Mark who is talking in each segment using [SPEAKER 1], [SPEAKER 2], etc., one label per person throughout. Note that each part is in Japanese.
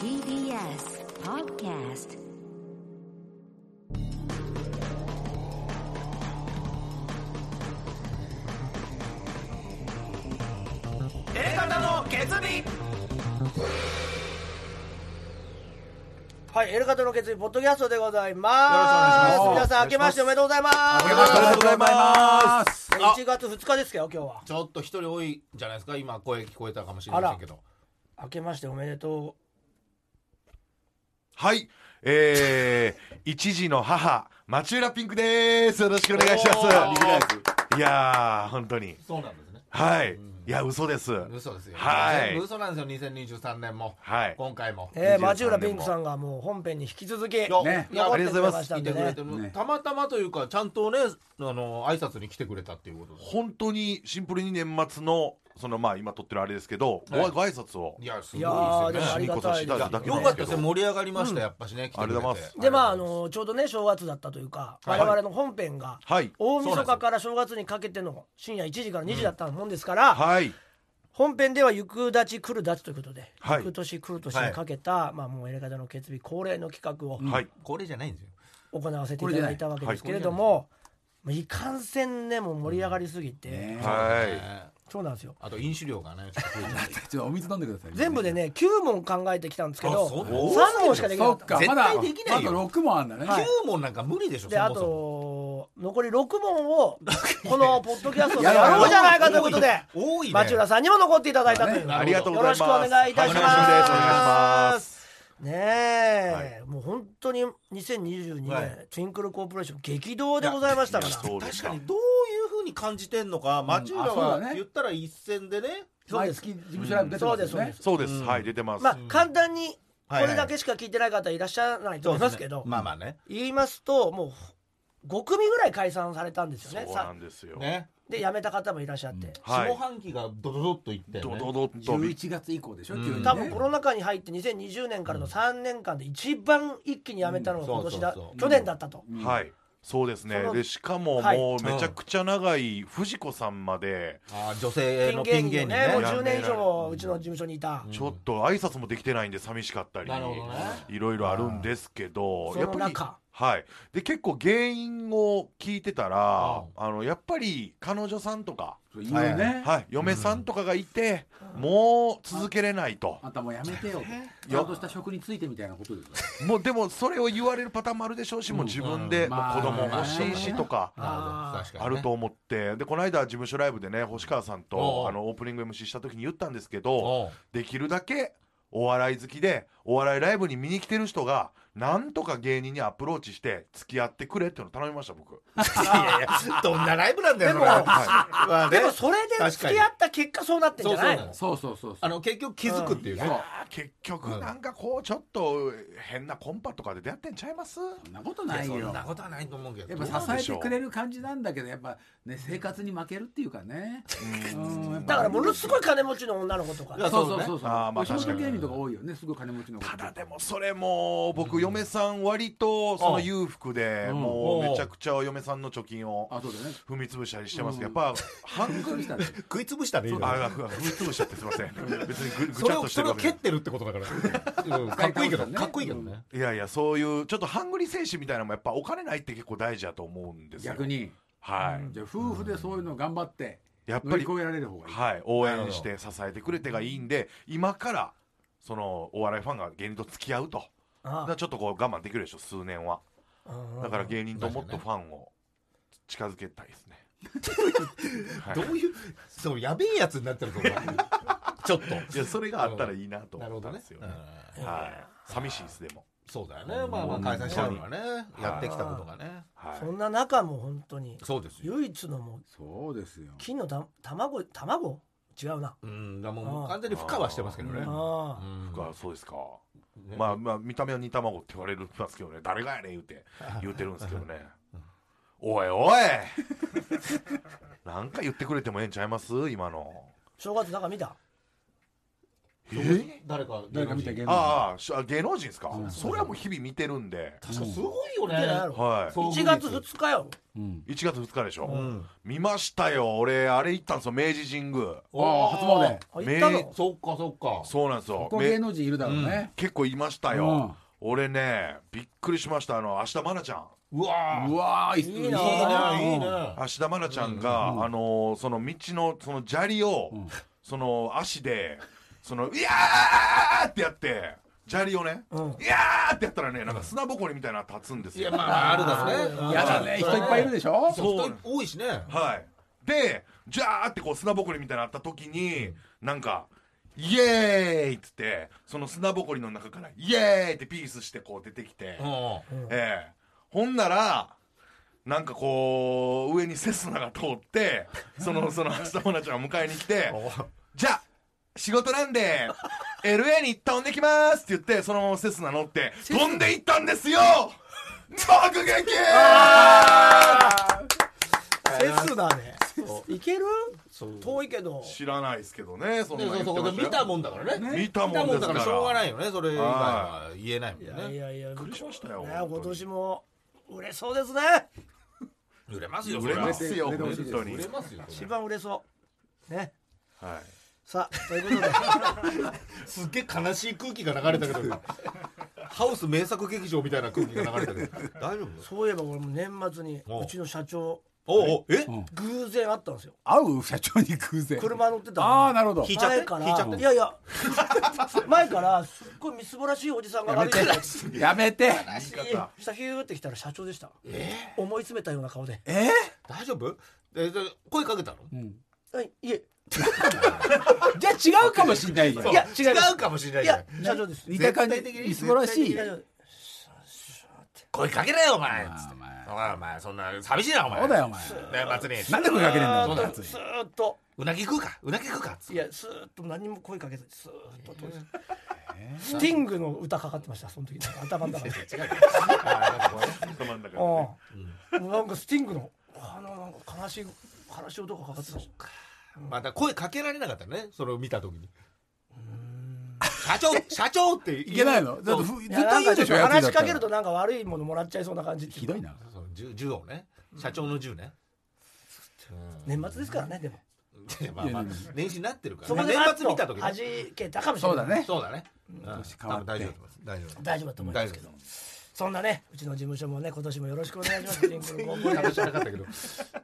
[SPEAKER 1] TBS Podcast
[SPEAKER 2] 方の決意
[SPEAKER 3] はい、エルカトの決意ポッドキャストでございます。
[SPEAKER 2] よろしくお願いします
[SPEAKER 3] 皆さん、明けましておめでとうございます。
[SPEAKER 2] おめでとうございます
[SPEAKER 3] 1月2日ですけど、今日は。
[SPEAKER 2] ちょっと一人多いじゃないですか今声聞こえたかもしれませんけど
[SPEAKER 3] 明けましておめでと
[SPEAKER 4] はい。えー、一児の母、町浦ピンクです。よろしくお願いし
[SPEAKER 2] おーリクライ
[SPEAKER 4] ます。いやー、本当に。
[SPEAKER 2] そうなんですね
[SPEAKER 4] はい。いや、嘘です。
[SPEAKER 2] 嘘ですよ
[SPEAKER 4] はい
[SPEAKER 2] 全部嘘なんですよ2023年も
[SPEAKER 4] はい。
[SPEAKER 2] 今回も
[SPEAKER 3] う。ね、
[SPEAKER 4] 23
[SPEAKER 3] 町浦ピンクさんがもう本編に引き続き、
[SPEAKER 2] いや
[SPEAKER 3] ね
[SPEAKER 2] いや
[SPEAKER 3] 残ってくれました
[SPEAKER 2] 来
[SPEAKER 3] ん
[SPEAKER 2] て
[SPEAKER 3] で
[SPEAKER 2] くれ
[SPEAKER 3] ね
[SPEAKER 2] て。る、
[SPEAKER 5] ね
[SPEAKER 2] たまたまというかちゃんとねあの挨拶に来てくれたっていうことで
[SPEAKER 4] 本当にシンプルに年末の、その、まあ、今撮ってるあれですけど、ご
[SPEAKER 2] はい
[SPEAKER 4] ご挨拶を
[SPEAKER 2] い。やすご
[SPEAKER 3] い
[SPEAKER 2] い
[SPEAKER 3] やー、で
[SPEAKER 2] ですよね
[SPEAKER 3] もありがたい
[SPEAKER 4] 一緒に越しただ
[SPEAKER 3] で
[SPEAKER 4] け
[SPEAKER 2] よ
[SPEAKER 3] す。
[SPEAKER 2] かったですね盛り上がりました、やっぱしね来てくれて
[SPEAKER 4] ありがとうございます
[SPEAKER 3] で、まあ、あの、ちょうどね、正月だったというか、
[SPEAKER 2] は
[SPEAKER 3] 我
[SPEAKER 2] い
[SPEAKER 3] 々の本編が、
[SPEAKER 4] はい。
[SPEAKER 3] 大晦日から正月にかけての深夜1時から2時だったもんですから、
[SPEAKER 4] はい。
[SPEAKER 3] 本編では「行く立ち来る立ち」ということで、
[SPEAKER 4] はい
[SPEAKER 3] 行く年来る年にかけた、まあ、もうエレガタの決日恒例の企画を
[SPEAKER 4] はい。
[SPEAKER 2] これじゃないんですよ
[SPEAKER 3] 行わせていただいたわけですけれども、い、いかんせんねもう盛り上がりすぎて、
[SPEAKER 4] は
[SPEAKER 2] ね
[SPEAKER 3] そうなんですよ
[SPEAKER 2] あと飲酒量がねちょっと増えてる
[SPEAKER 5] ちょっとお水飲んでください、
[SPEAKER 3] 全部でね9問考えてきたんですけ
[SPEAKER 2] あ
[SPEAKER 3] ど
[SPEAKER 2] そう
[SPEAKER 3] 3問しかできな
[SPEAKER 5] そ
[SPEAKER 3] かった
[SPEAKER 5] っかまだあ
[SPEAKER 2] 絶対できないよ
[SPEAKER 5] と6問あんだね、
[SPEAKER 3] はい
[SPEAKER 2] 9問なんか無理でしょ
[SPEAKER 3] であ
[SPEAKER 2] そも
[SPEAKER 3] と残り6問をこのポッドキャストでやろうじゃないかということで
[SPEAKER 2] そも多いね
[SPEAKER 3] 町浦さんにも残っていただいたという、
[SPEAKER 2] ね
[SPEAKER 4] ありがとうご
[SPEAKER 3] よ
[SPEAKER 4] ざい
[SPEAKER 3] ろ
[SPEAKER 4] ま
[SPEAKER 3] しく
[SPEAKER 4] す。
[SPEAKER 3] お願いいたします。
[SPEAKER 4] は楽みですお願いします。
[SPEAKER 3] ねえ、
[SPEAKER 4] は
[SPEAKER 3] もう本当に2022年、
[SPEAKER 2] はい
[SPEAKER 3] ツインクルコーポレーション激動でございましたか
[SPEAKER 4] いや
[SPEAKER 3] ら。
[SPEAKER 4] そうで
[SPEAKER 2] 確
[SPEAKER 4] す
[SPEAKER 2] か
[SPEAKER 4] か
[SPEAKER 2] に。どういうふうに感じてんのか町浦
[SPEAKER 5] あそうだ
[SPEAKER 2] は
[SPEAKER 5] ね
[SPEAKER 2] 言ったら一戦でね
[SPEAKER 3] そうで
[SPEAKER 5] 毎
[SPEAKER 3] す
[SPEAKER 5] 月事務所ライブ出て
[SPEAKER 3] そう
[SPEAKER 5] ますよね、
[SPEAKER 3] ですそうです。
[SPEAKER 4] そうです。はい、出てます。
[SPEAKER 3] まあ簡単にこ
[SPEAKER 2] はいはい
[SPEAKER 3] れだけしか聞いてない方いらっしゃらないと思いますけど、
[SPEAKER 2] まあまあね
[SPEAKER 3] 言いますともう5組ぐらい解散されたんですよね。
[SPEAKER 4] そうな
[SPEAKER 3] さ
[SPEAKER 4] んですよ。
[SPEAKER 2] ね
[SPEAKER 3] で辞めた方もいらっしゃって、
[SPEAKER 4] はい
[SPEAKER 2] 下。半期がドドドッといったよ
[SPEAKER 4] ド
[SPEAKER 2] ね
[SPEAKER 4] ドドッと。
[SPEAKER 5] 11月以降でしょ、
[SPEAKER 2] うん
[SPEAKER 5] 急にね
[SPEAKER 3] 多分コロナ禍に入って2020年からの3年間で一番一気に辞めたのが今年だ、
[SPEAKER 2] うんそうそうそう
[SPEAKER 3] 去年だったと。
[SPEAKER 4] はい。そうですね
[SPEAKER 3] その。
[SPEAKER 4] で、しかも、
[SPEAKER 3] はい
[SPEAKER 4] もう、めちゃくちゃ長い、藤子さんまで、
[SPEAKER 2] あー女性
[SPEAKER 3] ピ
[SPEAKER 2] の
[SPEAKER 3] ン
[SPEAKER 2] ピ
[SPEAKER 3] 芸
[SPEAKER 2] ン芸
[SPEAKER 3] 人
[SPEAKER 2] 人
[SPEAKER 3] ね
[SPEAKER 2] ね
[SPEAKER 3] もう
[SPEAKER 4] や
[SPEAKER 3] 10年以上うちの事務所にいた。
[SPEAKER 4] ちょっと挨拶もできてないんで寂しかったり
[SPEAKER 2] なるほどね
[SPEAKER 4] いろいろあるんですけど
[SPEAKER 3] そ
[SPEAKER 4] や
[SPEAKER 3] の
[SPEAKER 4] っぱり
[SPEAKER 3] 中
[SPEAKER 4] はいで結構原因を聞いてたら
[SPEAKER 2] う
[SPEAKER 4] あのやっぱり彼女さんとか、
[SPEAKER 5] そう言うよね、
[SPEAKER 4] はい、嫁さんとかがいて、もう続けれないと
[SPEAKER 5] あんたもうやめてよちゃんとした職についてみたいなことですよ
[SPEAKER 4] もうでもそれを言われるパターンもあるでしょうしもう自分で
[SPEAKER 5] うん
[SPEAKER 4] もう子供
[SPEAKER 5] まあ
[SPEAKER 4] 欲しいしとか。
[SPEAKER 2] なるほど
[SPEAKER 3] あー
[SPEAKER 2] 確かにね
[SPEAKER 4] あると思ってでこの間事務所ライブでね星川さ
[SPEAKER 2] お
[SPEAKER 4] ん
[SPEAKER 2] うお
[SPEAKER 4] と
[SPEAKER 2] う
[SPEAKER 4] あのオープニング MC した時に言ったんですけど
[SPEAKER 2] おう
[SPEAKER 4] できるだけお笑い好きでお笑いライブに見に来てる人がなんとか芸人にアプローチして付き合ってくれっていうの頼みました僕
[SPEAKER 2] いやいやどんなライブなんだよ
[SPEAKER 3] で
[SPEAKER 2] そ
[SPEAKER 3] も
[SPEAKER 2] れ
[SPEAKER 4] は
[SPEAKER 2] まあね
[SPEAKER 3] でもそれで付き合った結果そうなってんじゃない
[SPEAKER 2] そうそうな
[SPEAKER 3] の
[SPEAKER 2] の
[SPEAKER 5] そうそうそうそう
[SPEAKER 2] あの結局気づくっていう
[SPEAKER 5] そう
[SPEAKER 2] ね
[SPEAKER 4] あ結局なんかこうちょっと変なコンパとかで出会ってんちゃいます
[SPEAKER 5] そんなことない
[SPEAKER 2] そ
[SPEAKER 5] よ
[SPEAKER 2] んなことはないと思うけど
[SPEAKER 5] や
[SPEAKER 2] どう
[SPEAKER 5] っぱ支えてくれる感じなんだけどやっぱね生活に負けるっていうかねうんやっぱ
[SPEAKER 3] だからものすごい金持ちの女の子とか
[SPEAKER 2] いや
[SPEAKER 5] そうそうそうそう
[SPEAKER 4] あーまあ
[SPEAKER 5] お仕事
[SPEAKER 4] 確かに
[SPEAKER 5] 芸人とか多いよねすごい金持ちの子
[SPEAKER 4] ただでもそれも僕嫁さん割とその裕福で
[SPEAKER 5] うん
[SPEAKER 4] も
[SPEAKER 2] おう
[SPEAKER 4] うめちゃくちゃ嫁さんの貯金を
[SPEAKER 5] あそうだよね
[SPEAKER 4] 踏み潰したりしてます
[SPEAKER 5] うん
[SPEAKER 4] やっぱ半
[SPEAKER 5] びっくりしたね
[SPEAKER 2] 食いつぶしたでいいよ
[SPEAKER 4] ああ踏み潰しちゃってすいません別にぐぐ
[SPEAKER 2] そ
[SPEAKER 4] ち
[SPEAKER 2] れ
[SPEAKER 4] ゃっ
[SPEAKER 2] を
[SPEAKER 4] として
[SPEAKER 2] そ
[SPEAKER 4] る
[SPEAKER 2] れ
[SPEAKER 4] わ
[SPEAKER 2] を
[SPEAKER 4] け
[SPEAKER 2] 蹴
[SPEAKER 4] じゃ
[SPEAKER 2] ってるってことだからうんかっこいいけ どかっこいいけどね
[SPEAKER 4] いやいやそういうちょっとハングリー精神みたいなのもやっぱお金ないって結構大事だと思うんですよ
[SPEAKER 5] 逆に
[SPEAKER 4] はい、
[SPEAKER 5] じゃあ夫婦でそういうの頑張って
[SPEAKER 4] やっ
[SPEAKER 5] 乗
[SPEAKER 4] ぱ
[SPEAKER 5] り
[SPEAKER 4] り
[SPEAKER 5] 越、えられる方がいい
[SPEAKER 4] はい、応援して支えてくれてがいいんで今からそのお笑いファンが芸人と付き合うとだからちょっとこう我慢できるでしょ数年はだから芸人ともっとファンを近づけたいですね、はい
[SPEAKER 2] どういうそうやべえやつになってると思う ちょっと
[SPEAKER 4] いやそれがあったらいいなと
[SPEAKER 2] なるほ
[SPEAKER 4] 思
[SPEAKER 2] ど
[SPEAKER 4] ったん
[SPEAKER 2] ね
[SPEAKER 4] ですよね
[SPEAKER 2] うん
[SPEAKER 4] はい、寂しいですでも、
[SPEAKER 2] そうだよねまあまあ開催したのがねやってきたことがね
[SPEAKER 4] はい、
[SPEAKER 3] そんな中も本当に
[SPEAKER 2] そうですよ
[SPEAKER 3] 唯一のもう
[SPEAKER 5] そうですよ
[SPEAKER 3] 金のた卵卵違うな
[SPEAKER 2] うんだからもう完全に負荷はしてますけどね
[SPEAKER 3] あ
[SPEAKER 2] うん
[SPEAKER 4] 僕はそうですか、
[SPEAKER 2] ね
[SPEAKER 4] まあまあ見た目は煮卵って言われるんですけどね誰がやねん言うて言うてるんですけどねおいおいなんか言ってくれてもええんちゃいます今の
[SPEAKER 3] 正月だから見た
[SPEAKER 4] ええ
[SPEAKER 2] 誰か
[SPEAKER 5] 誰か見た芸能人
[SPEAKER 4] ああしあ芸能人ですか、
[SPEAKER 5] ん
[SPEAKER 4] それはもう日々見てるんで、
[SPEAKER 2] 確かすごいよね
[SPEAKER 3] 見てないやろ
[SPEAKER 4] はい
[SPEAKER 2] そう
[SPEAKER 3] 1月2日よ
[SPEAKER 5] うん
[SPEAKER 4] 1月2日でしょ、
[SPEAKER 2] ん
[SPEAKER 4] 見ましたよ俺あれ行ったんですよ明治神宮
[SPEAKER 5] ああ初詣
[SPEAKER 3] あ行った
[SPEAKER 4] め
[SPEAKER 3] の
[SPEAKER 2] そっかそっか
[SPEAKER 4] そうなんですよ
[SPEAKER 5] ここ
[SPEAKER 4] め
[SPEAKER 5] 芸能人いるだろうね
[SPEAKER 4] 結構いましたよ、俺ねびっくりしましたあの芦田愛菜ちゃん
[SPEAKER 2] うわ
[SPEAKER 5] う
[SPEAKER 2] ー
[SPEAKER 5] わーい
[SPEAKER 3] いいない
[SPEAKER 2] いねいいね
[SPEAKER 4] 芦田愛菜ちゃんが、あのその道のその砂利を、
[SPEAKER 5] ん
[SPEAKER 4] その足でその「いやー!」ってやって砂利をね「
[SPEAKER 3] うん
[SPEAKER 4] いやー!」ってやったらねなんか砂ぼこりみたいなの立つんです
[SPEAKER 2] い
[SPEAKER 4] よ
[SPEAKER 2] やまああるだろうね
[SPEAKER 5] やだね人いっぱいいるでしょ
[SPEAKER 4] そう
[SPEAKER 2] 人多いしね
[SPEAKER 4] はいでジャーってこう砂ぼこりみたいなのあった時に、なんか「イエーイ!」っつってその砂ぼこりの中から「イエーイ!」ってピースしてこう出てきて、
[SPEAKER 2] うん
[SPEAKER 4] ええほんならなんかこう上にセスナが通って そのその明日愛菜ちゃんを迎えに来て「じゃあ仕事なんで LA に飛んできます」って言ってそのままセスナ乗 って飛んでいったんですよ爆撃
[SPEAKER 3] セスだねいける
[SPEAKER 2] そう
[SPEAKER 3] 遠いけど
[SPEAKER 4] 知らないですけどねそん
[SPEAKER 2] で
[SPEAKER 4] な
[SPEAKER 2] そ
[SPEAKER 4] ん
[SPEAKER 2] うそ
[SPEAKER 4] 言
[SPEAKER 2] こ
[SPEAKER 4] って
[SPEAKER 2] で
[SPEAKER 4] ま
[SPEAKER 2] 見
[SPEAKER 4] した
[SPEAKER 2] た
[SPEAKER 4] よ
[SPEAKER 2] もんだからね
[SPEAKER 4] 見たもんです
[SPEAKER 2] だ
[SPEAKER 4] か
[SPEAKER 2] かららしょうがないよねそれ以外は言えないも
[SPEAKER 3] い
[SPEAKER 2] ん
[SPEAKER 3] やい
[SPEAKER 2] ね
[SPEAKER 3] やいや
[SPEAKER 4] びっくりしましたよ
[SPEAKER 3] ね
[SPEAKER 4] 本当
[SPEAKER 3] 今
[SPEAKER 4] に
[SPEAKER 3] 年も売れそうですね
[SPEAKER 2] 売れますよ
[SPEAKER 4] 売れま
[SPEAKER 2] そ
[SPEAKER 4] すよ
[SPEAKER 5] 売れ
[SPEAKER 4] 本
[SPEAKER 5] てほしいです
[SPEAKER 4] 当
[SPEAKER 2] りゃ
[SPEAKER 4] に
[SPEAKER 2] 売 れますよそ
[SPEAKER 3] 一
[SPEAKER 2] りゃ
[SPEAKER 3] 番売れそうね
[SPEAKER 4] はい
[SPEAKER 3] さあということです
[SPEAKER 2] っげえ悲しい空気が流れたけど今ハウス名作劇場みたいな空気が流れたけど大丈夫
[SPEAKER 3] そういえば俺も年末に
[SPEAKER 2] おう
[SPEAKER 3] うちの社長
[SPEAKER 2] おうおうえ
[SPEAKER 5] ん
[SPEAKER 3] 偶然会ったんですよ
[SPEAKER 5] 会う社長に偶然
[SPEAKER 3] 車乗ってた
[SPEAKER 5] ああなるほど
[SPEAKER 2] 引いちゃって
[SPEAKER 3] 前から
[SPEAKER 2] 引いちゃって
[SPEAKER 3] いやいや前からすっごいみすぼらしいおじさんが
[SPEAKER 5] や
[SPEAKER 3] 歩い
[SPEAKER 5] め
[SPEAKER 3] てた
[SPEAKER 5] てやめて
[SPEAKER 3] 下ヒューって来たら社長でした思い詰めたような顔で
[SPEAKER 5] え
[SPEAKER 2] 大丈夫えで声かけたの
[SPEAKER 3] 「はいいえ
[SPEAKER 5] じゃあ違うかもしれないじゃん
[SPEAKER 2] いや違うかもしれない
[SPEAKER 3] い
[SPEAKER 2] じゃん
[SPEAKER 3] や社長です」
[SPEAKER 5] 似た感じ
[SPEAKER 2] 絶対的に
[SPEAKER 5] みすぼらしい
[SPEAKER 3] いやいや
[SPEAKER 2] 声かけなよお前つって
[SPEAKER 5] お前
[SPEAKER 2] お前お前そんな寂しいなお前
[SPEAKER 5] そうだよお前
[SPEAKER 2] ね祭り
[SPEAKER 5] なんで声かけねえんだ
[SPEAKER 2] そ
[SPEAKER 5] よそ
[SPEAKER 2] うんだよ
[SPEAKER 5] なやつに
[SPEAKER 3] スーッと
[SPEAKER 2] うなぎ食うかうなぎ食うかつっ
[SPEAKER 3] い
[SPEAKER 2] て
[SPEAKER 3] やスーッと何も声かけずにスーッと通り過ぎスティングの歌かかってましたその時頭の中 で
[SPEAKER 4] 頭の中でね
[SPEAKER 3] うんなんかスティングのあのなんか悲しい悲しい音がかかってた
[SPEAKER 2] また声かけられなかったねそれを見た時に社長社長って言う
[SPEAKER 5] いけないのだって
[SPEAKER 2] そう
[SPEAKER 5] ふず
[SPEAKER 3] い
[SPEAKER 5] っ
[SPEAKER 3] や
[SPEAKER 5] と
[SPEAKER 3] なんか
[SPEAKER 5] 言う
[SPEAKER 3] ちょっ
[SPEAKER 5] でし
[SPEAKER 3] と
[SPEAKER 5] ょやつ
[SPEAKER 3] 話
[SPEAKER 5] だ
[SPEAKER 3] し
[SPEAKER 5] ったら
[SPEAKER 3] かけるとなんか悪いものもらっちゃいそうな感じっていう
[SPEAKER 5] ひ
[SPEAKER 3] か
[SPEAKER 5] どいな
[SPEAKER 2] そう銃銃をね社長の銃ね
[SPEAKER 3] 年末ですからねでも
[SPEAKER 2] いやまあまあ年始になってるから
[SPEAKER 3] そこで
[SPEAKER 2] 年
[SPEAKER 3] 年
[SPEAKER 2] 末
[SPEAKER 3] 末
[SPEAKER 2] 見
[SPEAKER 3] 見
[SPEAKER 2] た
[SPEAKER 3] た
[SPEAKER 2] 時
[SPEAKER 3] 時
[SPEAKER 2] ね
[SPEAKER 3] 弾けたかもしれ
[SPEAKER 5] そ
[SPEAKER 3] な
[SPEAKER 5] う
[SPEAKER 3] い
[SPEAKER 5] だね
[SPEAKER 2] そうだねうん
[SPEAKER 5] 年変わって
[SPEAKER 2] 多分大丈夫だと思います大丈夫
[SPEAKER 3] 大丈夫だと思いますけど
[SPEAKER 2] 大丈夫です
[SPEAKER 3] そんなねうちの事務所もね今年もよろしくお願いしますリンクルも
[SPEAKER 2] 声かけてなかったけど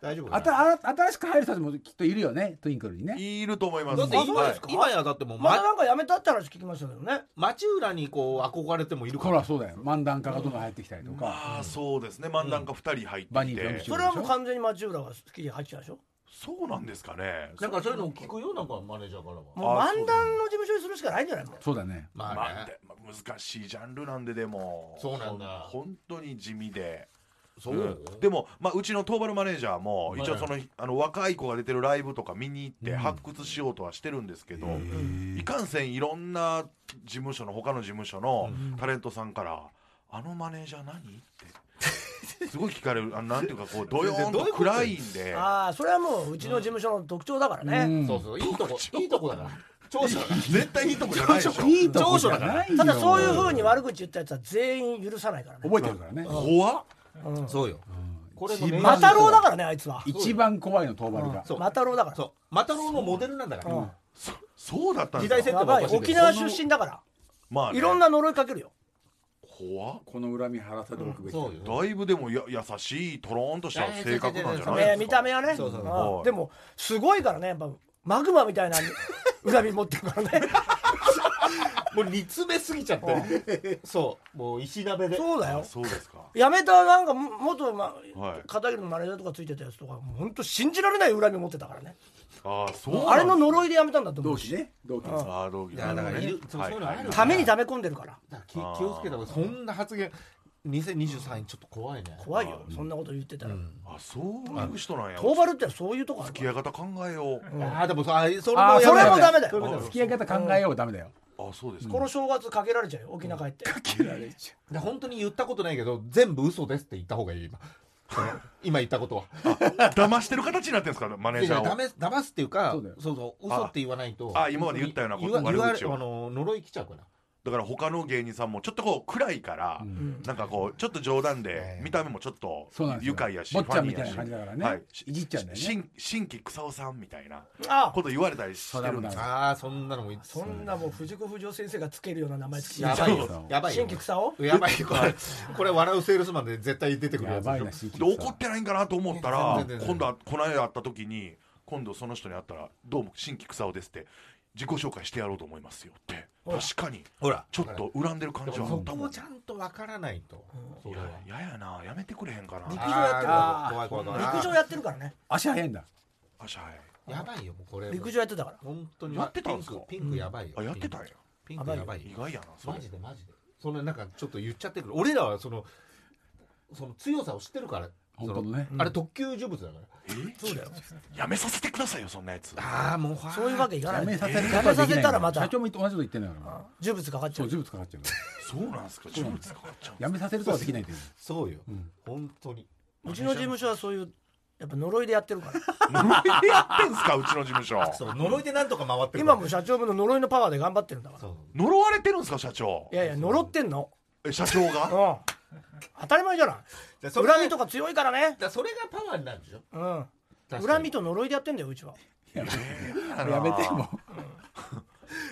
[SPEAKER 2] 大丈夫か
[SPEAKER 5] あ
[SPEAKER 2] な
[SPEAKER 5] たあ新しく入る人たちもきっといるよねトゥインクルにね
[SPEAKER 4] いると思います
[SPEAKER 2] だって
[SPEAKER 3] あそうです
[SPEAKER 2] 今
[SPEAKER 3] か
[SPEAKER 2] 今やだってもう、
[SPEAKER 3] ま
[SPEAKER 2] ま、
[SPEAKER 3] だなんかやめたって話聞きましたけどね
[SPEAKER 2] 町浦にこう憧れてもいるか
[SPEAKER 5] ほ
[SPEAKER 2] ら
[SPEAKER 5] らそうだよ漫談家がどんどん入ってきたりとか
[SPEAKER 4] ああそうですね漫談家2人入
[SPEAKER 5] バ
[SPEAKER 4] って
[SPEAKER 5] ニ
[SPEAKER 4] き
[SPEAKER 5] ーピョン
[SPEAKER 4] て
[SPEAKER 5] 吉
[SPEAKER 3] それはもう完全に町浦が好きで入ってきたでしょ
[SPEAKER 4] そうなんですかね
[SPEAKER 2] なんかそういうのを聞くよなんかマネージャーからは
[SPEAKER 3] もう
[SPEAKER 4] あそう
[SPEAKER 3] 漫談の事務所にするしかないんじゃないもん
[SPEAKER 5] そうだね
[SPEAKER 2] ま
[SPEAKER 4] ま
[SPEAKER 2] あ
[SPEAKER 4] あ
[SPEAKER 2] ね
[SPEAKER 4] でまあ難しいジャンルなんででも
[SPEAKER 2] そうなんだ
[SPEAKER 4] ほ本当に地味で。
[SPEAKER 2] そう、
[SPEAKER 4] うんでも、まあ、うちの東原マネージャーも
[SPEAKER 2] はい
[SPEAKER 4] 一応その、あの若い子が出てるライブとか見に行って発掘しようとはしてるんですけど、いかんせんいろんな事務所の他の事務所のタレントさんから「あのマネージャー何?」ってすごい聞かれるあなんていうかこうどよーんと暗いんで
[SPEAKER 3] ああそれはもううちの事務所の特徴だからね、
[SPEAKER 5] うん
[SPEAKER 2] そうそういいとこいいとこだから長所だから
[SPEAKER 4] 絶対いいとこじゃないでしょ
[SPEAKER 5] いいとこじゃないよ
[SPEAKER 3] ただそういうふうに悪口言ったやつは全員許さないからね
[SPEAKER 5] 覚えてるからね
[SPEAKER 4] 怖っ
[SPEAKER 2] そうよ、これの
[SPEAKER 5] 一番
[SPEAKER 3] マタロウだからねあいつは
[SPEAKER 5] 一番怖いの遠丸が
[SPEAKER 2] そう
[SPEAKER 3] マタロウだから
[SPEAKER 2] そうマタロウのモデルなんだから、
[SPEAKER 3] うん
[SPEAKER 4] そそうだったん
[SPEAKER 2] 時代
[SPEAKER 4] です
[SPEAKER 2] 設定が
[SPEAKER 3] や
[SPEAKER 4] か
[SPEAKER 2] お
[SPEAKER 3] ば
[SPEAKER 2] かし
[SPEAKER 3] い
[SPEAKER 2] いけ
[SPEAKER 3] 沖
[SPEAKER 2] ど
[SPEAKER 3] 縄出身だから
[SPEAKER 4] まあね
[SPEAKER 3] いろんな呪いかけるよ
[SPEAKER 4] 怖っ
[SPEAKER 5] この恨み晴らさでおくべき
[SPEAKER 2] そうよ
[SPEAKER 4] だいぶでもや優しいとろーんとした性格なんじゃないで
[SPEAKER 3] ね
[SPEAKER 4] すか
[SPEAKER 3] え見た目はね
[SPEAKER 2] そうそう
[SPEAKER 3] うん
[SPEAKER 4] はい
[SPEAKER 3] でもすごいからねやっぱマグマみたいな恨み持ってるからね
[SPEAKER 2] もう煮詰めすぎちゃってそうもう石鍋で
[SPEAKER 3] そうだ
[SPEAKER 4] あ
[SPEAKER 3] よ
[SPEAKER 4] そうですか
[SPEAKER 3] やめたなんかも元、ま
[SPEAKER 4] はい
[SPEAKER 3] 片桐のマネージャーとかついてたやつとかもうほんと信じられない恨み持ってたからね
[SPEAKER 4] あーそうなんですね
[SPEAKER 3] あれの呪いでやめたんだと思
[SPEAKER 5] 同
[SPEAKER 3] う
[SPEAKER 5] 期ね同期
[SPEAKER 4] ああ同期
[SPEAKER 2] いやだからいるそうそういうのある
[SPEAKER 3] ために溜め込んでるから
[SPEAKER 2] だから気気をつけた方がいいそんな発言2023にちょっと怖いね
[SPEAKER 3] 怖いよそんなこと言ってたら
[SPEAKER 4] あそういう人なんや
[SPEAKER 3] トーバルってそういうとこある
[SPEAKER 4] 付
[SPEAKER 3] か
[SPEAKER 4] き
[SPEAKER 3] ら
[SPEAKER 4] 合い方考えよう
[SPEAKER 2] ああでもそあそれ
[SPEAKER 5] あ
[SPEAKER 2] もやば
[SPEAKER 5] ー
[SPEAKER 2] い
[SPEAKER 3] それもダメだよ
[SPEAKER 2] それもダメ
[SPEAKER 5] 付き合い方考えようダメだよ
[SPEAKER 4] あそうですか
[SPEAKER 3] この正月かけられちゃうよ沖縄帰って
[SPEAKER 5] 切られちゃ
[SPEAKER 2] で本当に言ったことないけど全部嘘ですって言った方がいい今その 今言ったことは。
[SPEAKER 4] 騙してる形になってるんですかマネー
[SPEAKER 2] い
[SPEAKER 4] ジャ
[SPEAKER 2] や
[SPEAKER 4] ーを
[SPEAKER 2] だめ騙すっていうかそう
[SPEAKER 5] そ
[SPEAKER 2] う
[SPEAKER 5] だよ
[SPEAKER 2] そう嘘って言わないと
[SPEAKER 4] ああ今まで言ったようなこと
[SPEAKER 2] 言わ言わ
[SPEAKER 4] 悪口を
[SPEAKER 2] あの呪い来ちゃうから
[SPEAKER 4] だから他の芸人さんもちょっとこう暗いから、
[SPEAKER 5] うん
[SPEAKER 4] なんかこうちょっと冗談
[SPEAKER 2] え
[SPEAKER 4] で
[SPEAKER 2] え
[SPEAKER 4] 見た目もちょっと
[SPEAKER 5] そうなんですよ
[SPEAKER 4] 愉快やし
[SPEAKER 5] 坊っちゃんみたい
[SPEAKER 4] や
[SPEAKER 5] な感じだからね
[SPEAKER 4] はい
[SPEAKER 5] いじっちゃうんだよね
[SPEAKER 4] 新新規草尾さんみたいな
[SPEAKER 3] あ
[SPEAKER 4] こと言われたりしてるんです
[SPEAKER 5] そう
[SPEAKER 4] よ
[SPEAKER 2] ああそんなのもい
[SPEAKER 3] そんなもう藤子不二雄先生がつけるような名前つけ
[SPEAKER 2] やばい
[SPEAKER 5] そう
[SPEAKER 2] よやばい
[SPEAKER 3] 新
[SPEAKER 2] よ
[SPEAKER 3] 規草を
[SPEAKER 2] やばいよこれこれ笑うセールスマンで絶対出てくる
[SPEAKER 5] や
[SPEAKER 2] やつ
[SPEAKER 5] ばい
[SPEAKER 2] で
[SPEAKER 5] な
[SPEAKER 2] し
[SPEAKER 5] 新規
[SPEAKER 4] で怒ってないんかなと思ったら
[SPEAKER 2] 全然全然
[SPEAKER 4] 今度はこの間会った時に今度その人に会ったら「どうも新規草尾です」って「自己紹介してやろうと思いますよ」って確かに
[SPEAKER 2] ょほら
[SPEAKER 4] ちょっと恨んでる感
[SPEAKER 2] で
[SPEAKER 4] じ
[SPEAKER 2] も
[SPEAKER 4] はあ
[SPEAKER 2] そ
[SPEAKER 4] った
[SPEAKER 2] こ
[SPEAKER 4] も
[SPEAKER 2] も
[SPEAKER 4] ん
[SPEAKER 2] ちゃんとわからないとそ
[SPEAKER 4] い
[SPEAKER 2] れは
[SPEAKER 4] やややなやめてくれへんか
[SPEAKER 3] 陸
[SPEAKER 4] な
[SPEAKER 3] 上やってる
[SPEAKER 2] あー
[SPEAKER 3] あー
[SPEAKER 2] 怖い怖い怖い
[SPEAKER 3] 陸上やってるからね
[SPEAKER 5] 足早いんだ
[SPEAKER 4] あしゃい
[SPEAKER 2] やばいよもうこれ
[SPEAKER 3] 陸上やってたから
[SPEAKER 2] 本当に
[SPEAKER 4] やってたんすか
[SPEAKER 2] ピンクピンクやばいよ
[SPEAKER 4] あやってたんや
[SPEAKER 2] ピンクピンクやばい
[SPEAKER 4] 意
[SPEAKER 2] よ
[SPEAKER 4] 外やなそ
[SPEAKER 2] マ
[SPEAKER 4] れ
[SPEAKER 2] ジでマジでそんななんかちょっと言っちゃってくる俺らはそのその強さを知ってるから
[SPEAKER 5] 本当のね
[SPEAKER 2] そのあれ特級呪物だから
[SPEAKER 3] そうだよ
[SPEAKER 4] やめさせてくださいよそんなやつ
[SPEAKER 2] ああもう
[SPEAKER 3] そういうわけいかな
[SPEAKER 5] や
[SPEAKER 3] い
[SPEAKER 5] めさせる
[SPEAKER 3] やめさせたらまた
[SPEAKER 5] 社長も同じこと言ってんだから
[SPEAKER 3] 呪物かかっち
[SPEAKER 5] そ
[SPEAKER 3] ゃ
[SPEAKER 5] う
[SPEAKER 3] う
[SPEAKER 5] 呪物かかっちゃうから
[SPEAKER 4] そうなんですか呪物かかっちゃうん
[SPEAKER 5] やめさせるとはできないっていう
[SPEAKER 2] そうよ、
[SPEAKER 5] ん
[SPEAKER 2] 本当に
[SPEAKER 3] うちの事務所はそういうやっぱ呪いでやってるから
[SPEAKER 4] 呪いでやってんすかうちの事務所
[SPEAKER 2] う呪いでなんとか回って
[SPEAKER 3] 今も社長分の呪いのパワーで頑張ってるんだから
[SPEAKER 2] そう
[SPEAKER 4] 呪われてるんですか社長
[SPEAKER 3] いやいや呪ってんの
[SPEAKER 4] え社長
[SPEAKER 3] うん
[SPEAKER 4] が
[SPEAKER 3] 当たり前じゃない
[SPEAKER 2] じゃあそれ
[SPEAKER 3] 恨みとか強いからね
[SPEAKER 2] だそれがパワーになるでしょ
[SPEAKER 3] うん
[SPEAKER 2] 確かに
[SPEAKER 3] 恨みと呪いでやってんだようちは
[SPEAKER 5] やめても
[SPEAKER 2] ね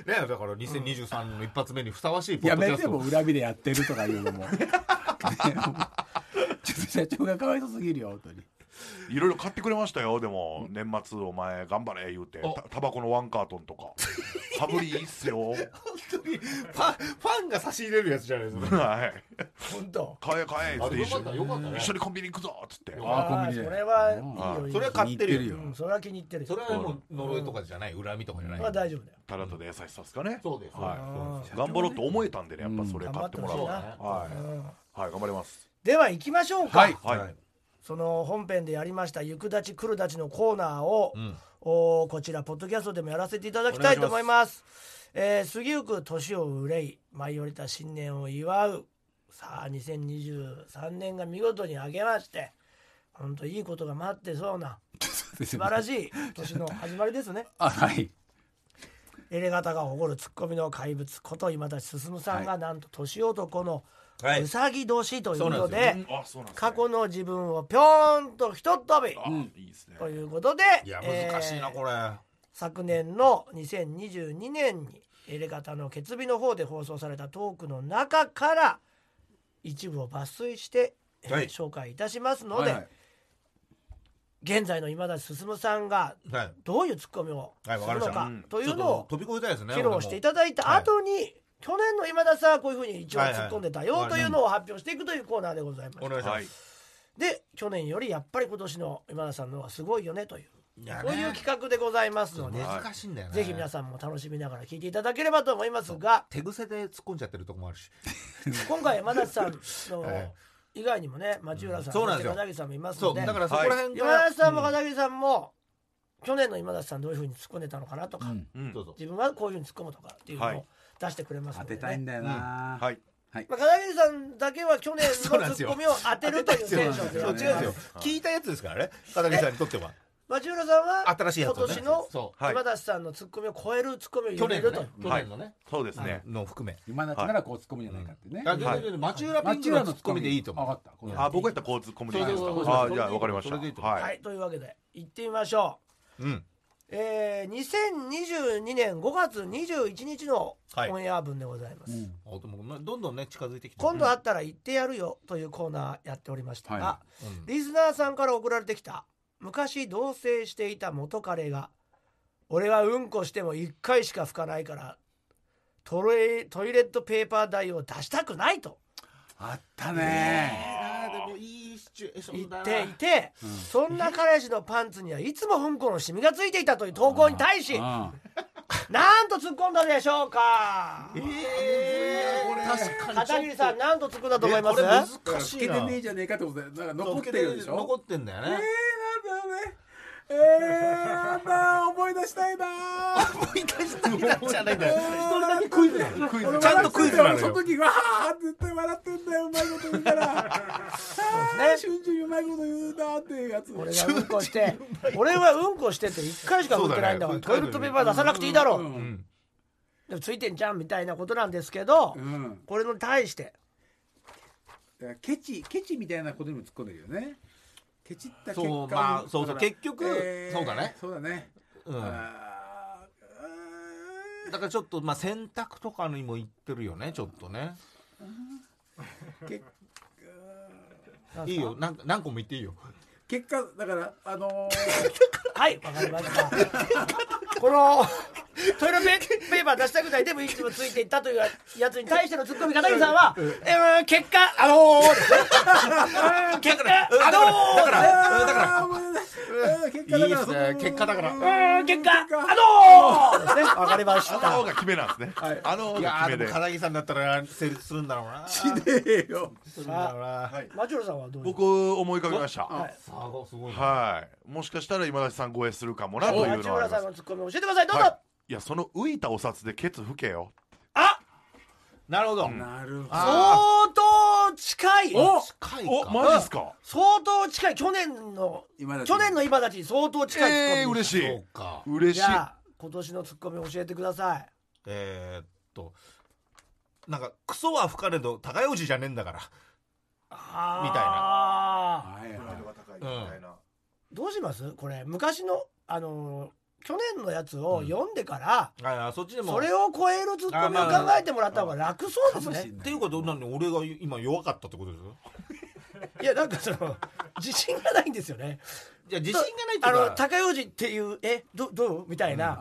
[SPEAKER 2] だから2023の一発目にふさわしいポ
[SPEAKER 5] や
[SPEAKER 2] ッドキ
[SPEAKER 5] め
[SPEAKER 2] ャス
[SPEAKER 5] て
[SPEAKER 2] ト
[SPEAKER 5] も恨みでやってるとかいうの もねちょっと社長がかわいそうすぎるよ本当に
[SPEAKER 4] いろいろ買ってくれましたよでも年末お前頑張れ言うて
[SPEAKER 2] お
[SPEAKER 4] たタバコのワンカートン とか羽振りいいっすよはい
[SPEAKER 2] 本当にファンファンが差し入れるやつじゃないですか
[SPEAKER 3] 本当
[SPEAKER 4] 買え買えっつ
[SPEAKER 2] あ
[SPEAKER 4] って
[SPEAKER 2] でも
[SPEAKER 4] 一
[SPEAKER 2] よか
[SPEAKER 4] 緒
[SPEAKER 2] った
[SPEAKER 4] に
[SPEAKER 2] よかったね
[SPEAKER 4] 一緒にコンビニ行くぞっつって
[SPEAKER 5] あーコンビニで
[SPEAKER 3] それはいいよいいよ
[SPEAKER 2] それは買ってるよ
[SPEAKER 5] 気に入
[SPEAKER 3] うんそれは気に入ってる
[SPEAKER 2] そ
[SPEAKER 3] そ
[SPEAKER 2] れはもう呪いとかじゃない恨みとかじゃない、
[SPEAKER 3] れは大丈夫だよ
[SPEAKER 4] タラットで優しさですかね
[SPEAKER 2] そうです、
[SPEAKER 4] は
[SPEAKER 3] うん
[SPEAKER 4] い頑張ろうと思えたんでねやっぱそれ買ってもらおう
[SPEAKER 2] そう
[SPEAKER 4] は
[SPEAKER 2] だ
[SPEAKER 4] い
[SPEAKER 2] ね
[SPEAKER 4] はい頑張ります
[SPEAKER 3] では行きましょうか、
[SPEAKER 5] はい
[SPEAKER 4] はい
[SPEAKER 3] その本編でやりました「ゆくだちくるだち」のコーナーを、おーこちらポッドキャストでもやらせていただきたいと思いますえー過ぎゆく年を憂い舞い降りた新年を祝うさあ2023年が見事にあげまして本当いいことが待ってそうな素
[SPEAKER 5] 素
[SPEAKER 3] 晴ら
[SPEAKER 5] い
[SPEAKER 3] し い年の始まりですね
[SPEAKER 5] あはい
[SPEAKER 3] エレガタが誇るツッコミの怪物こと今立進さんがなんと年男の
[SPEAKER 2] は
[SPEAKER 3] うさぎ年という
[SPEAKER 2] そ
[SPEAKER 3] こ
[SPEAKER 2] うなん
[SPEAKER 3] と
[SPEAKER 2] で
[SPEAKER 3] で,、
[SPEAKER 2] すよ
[SPEAKER 4] あそうなんですね
[SPEAKER 3] 過去の自分をぴょーんとひとっ飛び
[SPEAKER 4] あいいですね
[SPEAKER 3] ということで
[SPEAKER 2] いや難しいな
[SPEAKER 3] えー
[SPEAKER 2] これ、
[SPEAKER 3] 昨年の2022年にエレガタの決日の方で放送されたトークの中から一部を抜粋して、えー
[SPEAKER 2] はい
[SPEAKER 3] 紹介いたしますので、
[SPEAKER 5] はいはい
[SPEAKER 3] 現在の今田進さんが
[SPEAKER 2] はい
[SPEAKER 3] どういうツッコミをす
[SPEAKER 2] はい
[SPEAKER 3] る
[SPEAKER 2] わかりま
[SPEAKER 3] の
[SPEAKER 2] した
[SPEAKER 3] かというの
[SPEAKER 2] ちょっ
[SPEAKER 3] を
[SPEAKER 2] と飛び越えたいですね
[SPEAKER 3] 披露してい
[SPEAKER 2] だ
[SPEAKER 3] ただいた後に、去年の今田さんはこういうふうに一応
[SPEAKER 2] はいはい
[SPEAKER 3] 突っ込んでたよというのを発表していくというコーナーでございます。
[SPEAKER 2] お願いします、
[SPEAKER 4] はい
[SPEAKER 3] で去年よりやっぱり今年の今田さんの方がすごいよねという
[SPEAKER 2] いやね
[SPEAKER 3] こういう企画でございますので、
[SPEAKER 2] 難しいんだよね、
[SPEAKER 3] ぜひ皆
[SPEAKER 2] ん
[SPEAKER 3] さんも楽しみながら聞いていただければと思いますが
[SPEAKER 2] 手癖で突っ込んじゃってるとこもあるし
[SPEAKER 3] 今回山田さん の
[SPEAKER 2] え
[SPEAKER 3] 以外にもね町浦さん
[SPEAKER 2] そうなんですよ
[SPEAKER 3] 片桐さんもいます
[SPEAKER 2] そ
[SPEAKER 3] の
[SPEAKER 2] う
[SPEAKER 3] で
[SPEAKER 2] だからそこら辺が、
[SPEAKER 3] 山田さんも片桐さんも去年の今田さんどういうふうに突っ込んでたのかなとか、
[SPEAKER 5] うん
[SPEAKER 4] うん
[SPEAKER 2] どうぞ
[SPEAKER 3] 自分はこういうふうに突っ込むとかっていうの
[SPEAKER 4] は
[SPEAKER 3] を
[SPEAKER 4] い
[SPEAKER 3] 出してくれます
[SPEAKER 5] 当
[SPEAKER 3] ので、
[SPEAKER 5] て
[SPEAKER 3] ね
[SPEAKER 5] たいんだよな
[SPEAKER 4] はい
[SPEAKER 3] まあ、片桐さんだけは去年
[SPEAKER 2] そうなんで
[SPEAKER 3] の
[SPEAKER 2] す
[SPEAKER 3] ツッ
[SPEAKER 2] よ
[SPEAKER 3] コミを当てるというテンションで
[SPEAKER 2] そ
[SPEAKER 3] や
[SPEAKER 2] う
[SPEAKER 3] っ
[SPEAKER 2] 違うんです
[SPEAKER 3] てま
[SPEAKER 2] よ
[SPEAKER 3] す。
[SPEAKER 2] 聞いたやつですからね片桐さんにとっては
[SPEAKER 3] 町浦さんは
[SPEAKER 2] 新しいやつをね
[SPEAKER 3] 今年の
[SPEAKER 2] そう
[SPEAKER 4] はい
[SPEAKER 3] 今田さんのツッコミを超えるツッコミを
[SPEAKER 2] 去
[SPEAKER 3] 入れ
[SPEAKER 2] 年の
[SPEAKER 3] るという
[SPEAKER 2] ね去年のね、
[SPEAKER 4] そうですね
[SPEAKER 2] の含め
[SPEAKER 5] 今だったらこう突っ込むんじゃないかってね
[SPEAKER 2] あ、全然町浦ピンクのツッコミでいいと思う。
[SPEAKER 5] 分かったこれ
[SPEAKER 4] あ僕やったらこう突っ込むでいいですか
[SPEAKER 2] そうそうそうそう
[SPEAKER 4] あじゃあわかりまし
[SPEAKER 2] それでいいと
[SPEAKER 4] た
[SPEAKER 2] 思う
[SPEAKER 3] はい、
[SPEAKER 4] はい
[SPEAKER 3] というわけで行ってみましょ
[SPEAKER 2] うん。
[SPEAKER 3] う、えー、2022年5月21日の
[SPEAKER 2] はい
[SPEAKER 3] オンエア分でございます、
[SPEAKER 5] うん
[SPEAKER 2] あでもどんどんね近づいてきて。
[SPEAKER 3] 今度会ったら行ってやるよというコーナーやっておりましたが、
[SPEAKER 5] は
[SPEAKER 2] うん
[SPEAKER 3] リスナーさんから送られてきた昔同棲していた元彼が俺はうんこしても1回しか拭かないからトレトイレットペーパー代を出したくないと
[SPEAKER 5] あった
[SPEAKER 2] え
[SPEAKER 5] ね
[SPEAKER 2] ーでもいいシチュエーシ
[SPEAKER 3] 言
[SPEAKER 2] ョンだ
[SPEAKER 3] っ
[SPEAKER 2] な。
[SPEAKER 3] ていて、そんな彼氏のパンツにはいつもうんこのシミがついていたという投稿に対し
[SPEAKER 5] うん
[SPEAKER 3] なんと突っ込んだでしょうか
[SPEAKER 2] えー確かにちょ
[SPEAKER 3] 片
[SPEAKER 2] っ
[SPEAKER 3] 桐さんなんと突っ込んだと思いま
[SPEAKER 2] こ
[SPEAKER 3] す
[SPEAKER 2] れ難
[SPEAKER 5] つ
[SPEAKER 2] し
[SPEAKER 5] け
[SPEAKER 2] い
[SPEAKER 5] て
[SPEAKER 2] な
[SPEAKER 5] ねえ。じゃねえかってことだよだから残
[SPEAKER 2] そう
[SPEAKER 5] ってるでしょ
[SPEAKER 2] 残ってんだよね。
[SPEAKER 5] えー、やだ思い出したいな
[SPEAKER 2] 思い出したいなじゃないんだよ。
[SPEAKER 5] 一人だけクイズだよ
[SPEAKER 2] ちゃんとククイズなのよ
[SPEAKER 5] 俺その時わあって絶対笑ってんだようまいこと言う からあー
[SPEAKER 3] そ
[SPEAKER 5] 瞬時にうまいこと言うなっていうやつ
[SPEAKER 3] 俺がうんこして俺はうんこしてって1回しか拭いてないんだから
[SPEAKER 2] そうだ
[SPEAKER 3] トイ
[SPEAKER 2] ね
[SPEAKER 3] レットペーパー出さなくていいだろう、
[SPEAKER 5] うん
[SPEAKER 2] うん
[SPEAKER 3] でもついてんじゃんみたいなことなんですけど、
[SPEAKER 5] うん
[SPEAKER 3] これに対して
[SPEAKER 5] だからケチケチみたいなことにも突っ込んでるよねケチった結果を
[SPEAKER 2] そうまあそうそう
[SPEAKER 5] だから
[SPEAKER 2] 結局そうだね
[SPEAKER 5] そうだね
[SPEAKER 2] うん
[SPEAKER 5] あー
[SPEAKER 2] だからちょっとまあ洗濯とかにも行ってるよねちょっとね
[SPEAKER 5] あーけ
[SPEAKER 3] なんすか
[SPEAKER 2] いいよなんか何個も言っていいよ
[SPEAKER 5] 結果だから あの
[SPEAKER 3] はいわかりましたこのトイレペーパー出したぐらいでもいつもついていったというやつに対してのツッコミ片桐さんは「えー、結果あのー、結果あの
[SPEAKER 2] だからうんだから
[SPEAKER 5] ー結
[SPEAKER 2] いいですね結果だから
[SPEAKER 3] ー、うん結果あのー」ですねわかりまし
[SPEAKER 4] あの
[SPEAKER 3] た
[SPEAKER 4] 方が決めなんですね。あの方
[SPEAKER 2] いや
[SPEAKER 4] が
[SPEAKER 2] ー
[SPEAKER 4] 決
[SPEAKER 2] で
[SPEAKER 4] め
[SPEAKER 2] も
[SPEAKER 4] で。
[SPEAKER 2] 片桐さんだったら成立するんだろうな
[SPEAKER 5] しねえよ
[SPEAKER 2] するんだろうな、はい、
[SPEAKER 3] マチュロさんはどうですか
[SPEAKER 4] 僕思い浮かびました。
[SPEAKER 3] はい
[SPEAKER 2] さあすごいな
[SPEAKER 4] はい。もしかしたら今田さん超えするかもなという
[SPEAKER 3] 町
[SPEAKER 4] のはあ
[SPEAKER 3] 浦さ
[SPEAKER 4] ります
[SPEAKER 3] ん。のツッコミ教えてくださいどうぞ、
[SPEAKER 4] はい。いやその浮いたお札でケツ吹けよ。
[SPEAKER 3] あ
[SPEAKER 2] なるほど、
[SPEAKER 5] なるほど
[SPEAKER 2] あ
[SPEAKER 3] 相当近い
[SPEAKER 4] お
[SPEAKER 2] 近いか
[SPEAKER 4] おマジっすか。
[SPEAKER 3] 相当近い去年の
[SPEAKER 5] 今だ
[SPEAKER 3] 去年の今たちに相当近いツッコミでし
[SPEAKER 2] そ。
[SPEAKER 3] た、
[SPEAKER 4] えー嬉しいう
[SPEAKER 2] か
[SPEAKER 4] 嬉
[SPEAKER 3] じ
[SPEAKER 4] しい。
[SPEAKER 3] ゃあ今年のツッコミ教えてください
[SPEAKER 2] えー、っとなんかクソは吹かれど高いじじゃねえんだからたい
[SPEAKER 3] みな
[SPEAKER 5] はいはい
[SPEAKER 3] どうしますこれ昔のあのー去年のやつを読んでから、
[SPEAKER 2] ああそっちでも
[SPEAKER 3] それを超えるツッコミを
[SPEAKER 2] あまあ
[SPEAKER 3] 考えてもらった方が楽そうです
[SPEAKER 5] かもし
[SPEAKER 3] ね
[SPEAKER 5] ん
[SPEAKER 2] っていうことなんで俺が今弱かったってことですよ
[SPEAKER 3] いやなんかその 自信がないんですよね
[SPEAKER 2] じゃあ自信がないって
[SPEAKER 3] あ
[SPEAKER 2] いう
[SPEAKER 3] の
[SPEAKER 2] か
[SPEAKER 3] 高用事っていうえどどうみたいな、
[SPEAKER 5] あ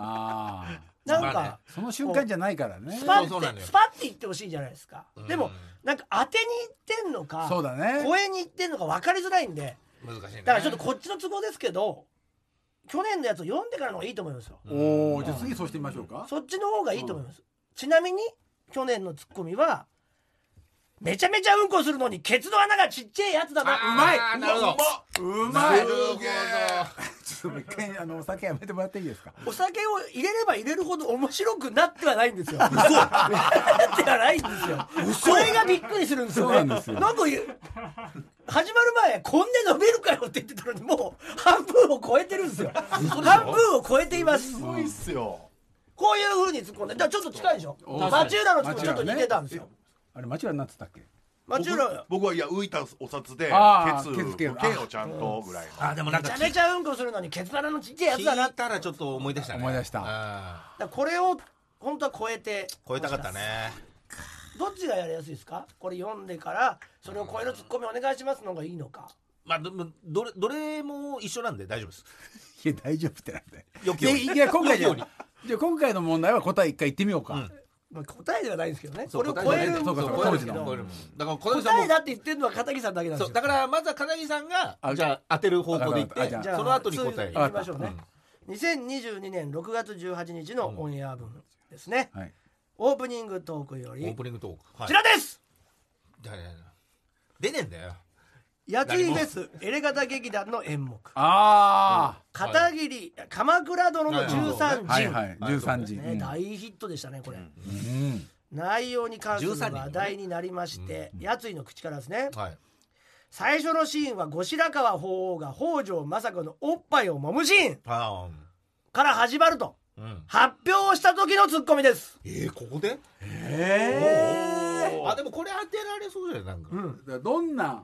[SPEAKER 5] あ
[SPEAKER 3] なんか、
[SPEAKER 2] まあね
[SPEAKER 5] その瞬間じゃないからね
[SPEAKER 3] スパ
[SPEAKER 2] そうそう
[SPEAKER 3] ッ
[SPEAKER 2] な
[SPEAKER 3] て
[SPEAKER 2] のよ
[SPEAKER 3] スパッて言ってほしいじゃないですか、でもなんか当てにいってんのか
[SPEAKER 5] そうだね
[SPEAKER 3] 声にいってんのか分かりづらいんで
[SPEAKER 2] 難しいね
[SPEAKER 3] だからちょっとこっちの都合ですけど去年のやつを読んでからの方がいいと思いますよ
[SPEAKER 5] おおじゃあ次そうしてみましょうか
[SPEAKER 3] そっちの方がいいと思います、ちなみに去年のツッコミはめちゃめちゃうんこするのにケツの穴がちっちゃいやつだな
[SPEAKER 2] あー
[SPEAKER 3] うまい
[SPEAKER 2] なるほど
[SPEAKER 5] う
[SPEAKER 2] な
[SPEAKER 5] まい
[SPEAKER 2] るほど
[SPEAKER 5] ちょっともう一回あのお酒やめてもらっていいですか
[SPEAKER 3] お酒を入れれば入れるほど面白くなってはないんですよ。嘘 ってはないんですよ。これがびっくりするんですよね。
[SPEAKER 5] そうなんですよ
[SPEAKER 3] か言う始まる前こんな飲めるかよって言ってたのにもう半分を超えてるんですよ。半分を超えています。
[SPEAKER 4] すごいっすよ。
[SPEAKER 3] こういう風に突っ込んで、だからちょっと近いでしょ。
[SPEAKER 5] お
[SPEAKER 3] 町浦の突っ込みちょっと似てたんですよ。
[SPEAKER 5] あれ町浦になってたっけ
[SPEAKER 3] 町浦。
[SPEAKER 4] 僕はいや浮いたお札で
[SPEAKER 5] あ
[SPEAKER 4] ケ
[SPEAKER 5] ー
[SPEAKER 4] ツ
[SPEAKER 5] ケツ
[SPEAKER 4] 吹
[SPEAKER 5] 吹け
[SPEAKER 4] け
[SPEAKER 5] よ
[SPEAKER 4] よちゃんとぐらいの。
[SPEAKER 2] あでもなん
[SPEAKER 3] めち
[SPEAKER 2] か
[SPEAKER 3] ゃめちゃうんこするのにケツ腹のちっちゃいやつだな。
[SPEAKER 2] 聞
[SPEAKER 3] だ
[SPEAKER 2] いたらちょっと思い出したね
[SPEAKER 5] 思い出した
[SPEAKER 2] た
[SPEAKER 3] からこれを本当は超えて。
[SPEAKER 2] 超えたかったね
[SPEAKER 3] どっちがやりやすいですかこれ読んでからそれを超えるツッコミお願いしますのがいいのか
[SPEAKER 2] まあどどれどれも一緒なんで大丈夫です
[SPEAKER 5] いや大丈夫ってなんだよ
[SPEAKER 2] よき
[SPEAKER 5] い
[SPEAKER 2] よ
[SPEAKER 5] や
[SPEAKER 2] り
[SPEAKER 5] いや今回じゃ
[SPEAKER 2] よきよ
[SPEAKER 5] じゃあ今回の問題は答え一回言ってみようか、
[SPEAKER 2] うん
[SPEAKER 3] まあ、答えではないんですけどね
[SPEAKER 2] そう
[SPEAKER 3] これを
[SPEAKER 2] 答
[SPEAKER 3] 超え
[SPEAKER 2] じゃな
[SPEAKER 3] る
[SPEAKER 2] い
[SPEAKER 5] そうかそうか
[SPEAKER 2] 超える
[SPEAKER 5] 当時の
[SPEAKER 2] 超えるもんだから小谷さん
[SPEAKER 3] 答
[SPEAKER 2] も
[SPEAKER 3] えだって言ってるのは片桐さんだけなんです
[SPEAKER 2] そ
[SPEAKER 3] よ
[SPEAKER 2] うだからまずは片桐さんが
[SPEAKER 5] あ
[SPEAKER 2] じゃあ当てる方向でいっ
[SPEAKER 5] あ
[SPEAKER 2] て
[SPEAKER 5] じゃ
[SPEAKER 3] じゃあ
[SPEAKER 2] その後に答え
[SPEAKER 3] いきましょう
[SPEAKER 2] う
[SPEAKER 3] ね
[SPEAKER 2] ん、
[SPEAKER 3] 2022年6月18日のオンエア分ですね、
[SPEAKER 5] はい
[SPEAKER 3] オープニングトークよ
[SPEAKER 2] オー
[SPEAKER 3] りこ
[SPEAKER 2] プニングトークはい
[SPEAKER 3] ちらです
[SPEAKER 2] だから出ねえんだよ
[SPEAKER 3] やついフェスエレガタ劇団の演目
[SPEAKER 5] あ
[SPEAKER 3] 片桐、鎌倉殿の13
[SPEAKER 5] あ、
[SPEAKER 3] 人、
[SPEAKER 5] はいはい
[SPEAKER 2] はい
[SPEAKER 5] 13時、
[SPEAKER 3] ね
[SPEAKER 5] うん
[SPEAKER 3] 大ヒットでしたねこれ、
[SPEAKER 5] うん
[SPEAKER 3] 内容に関する
[SPEAKER 2] 13人のね
[SPEAKER 3] 話題になりまして、やついの口からですね、
[SPEAKER 2] はい
[SPEAKER 3] 最初のシーンは後白河法皇が北条政子のおっぱいを揉むシーン
[SPEAKER 2] あ
[SPEAKER 3] から始まると
[SPEAKER 2] ーうん
[SPEAKER 3] 発表した時のツッコミです
[SPEAKER 2] えーここで
[SPEAKER 5] え
[SPEAKER 2] あでもこれ当てられそうじゃないなんかうん
[SPEAKER 5] えどんな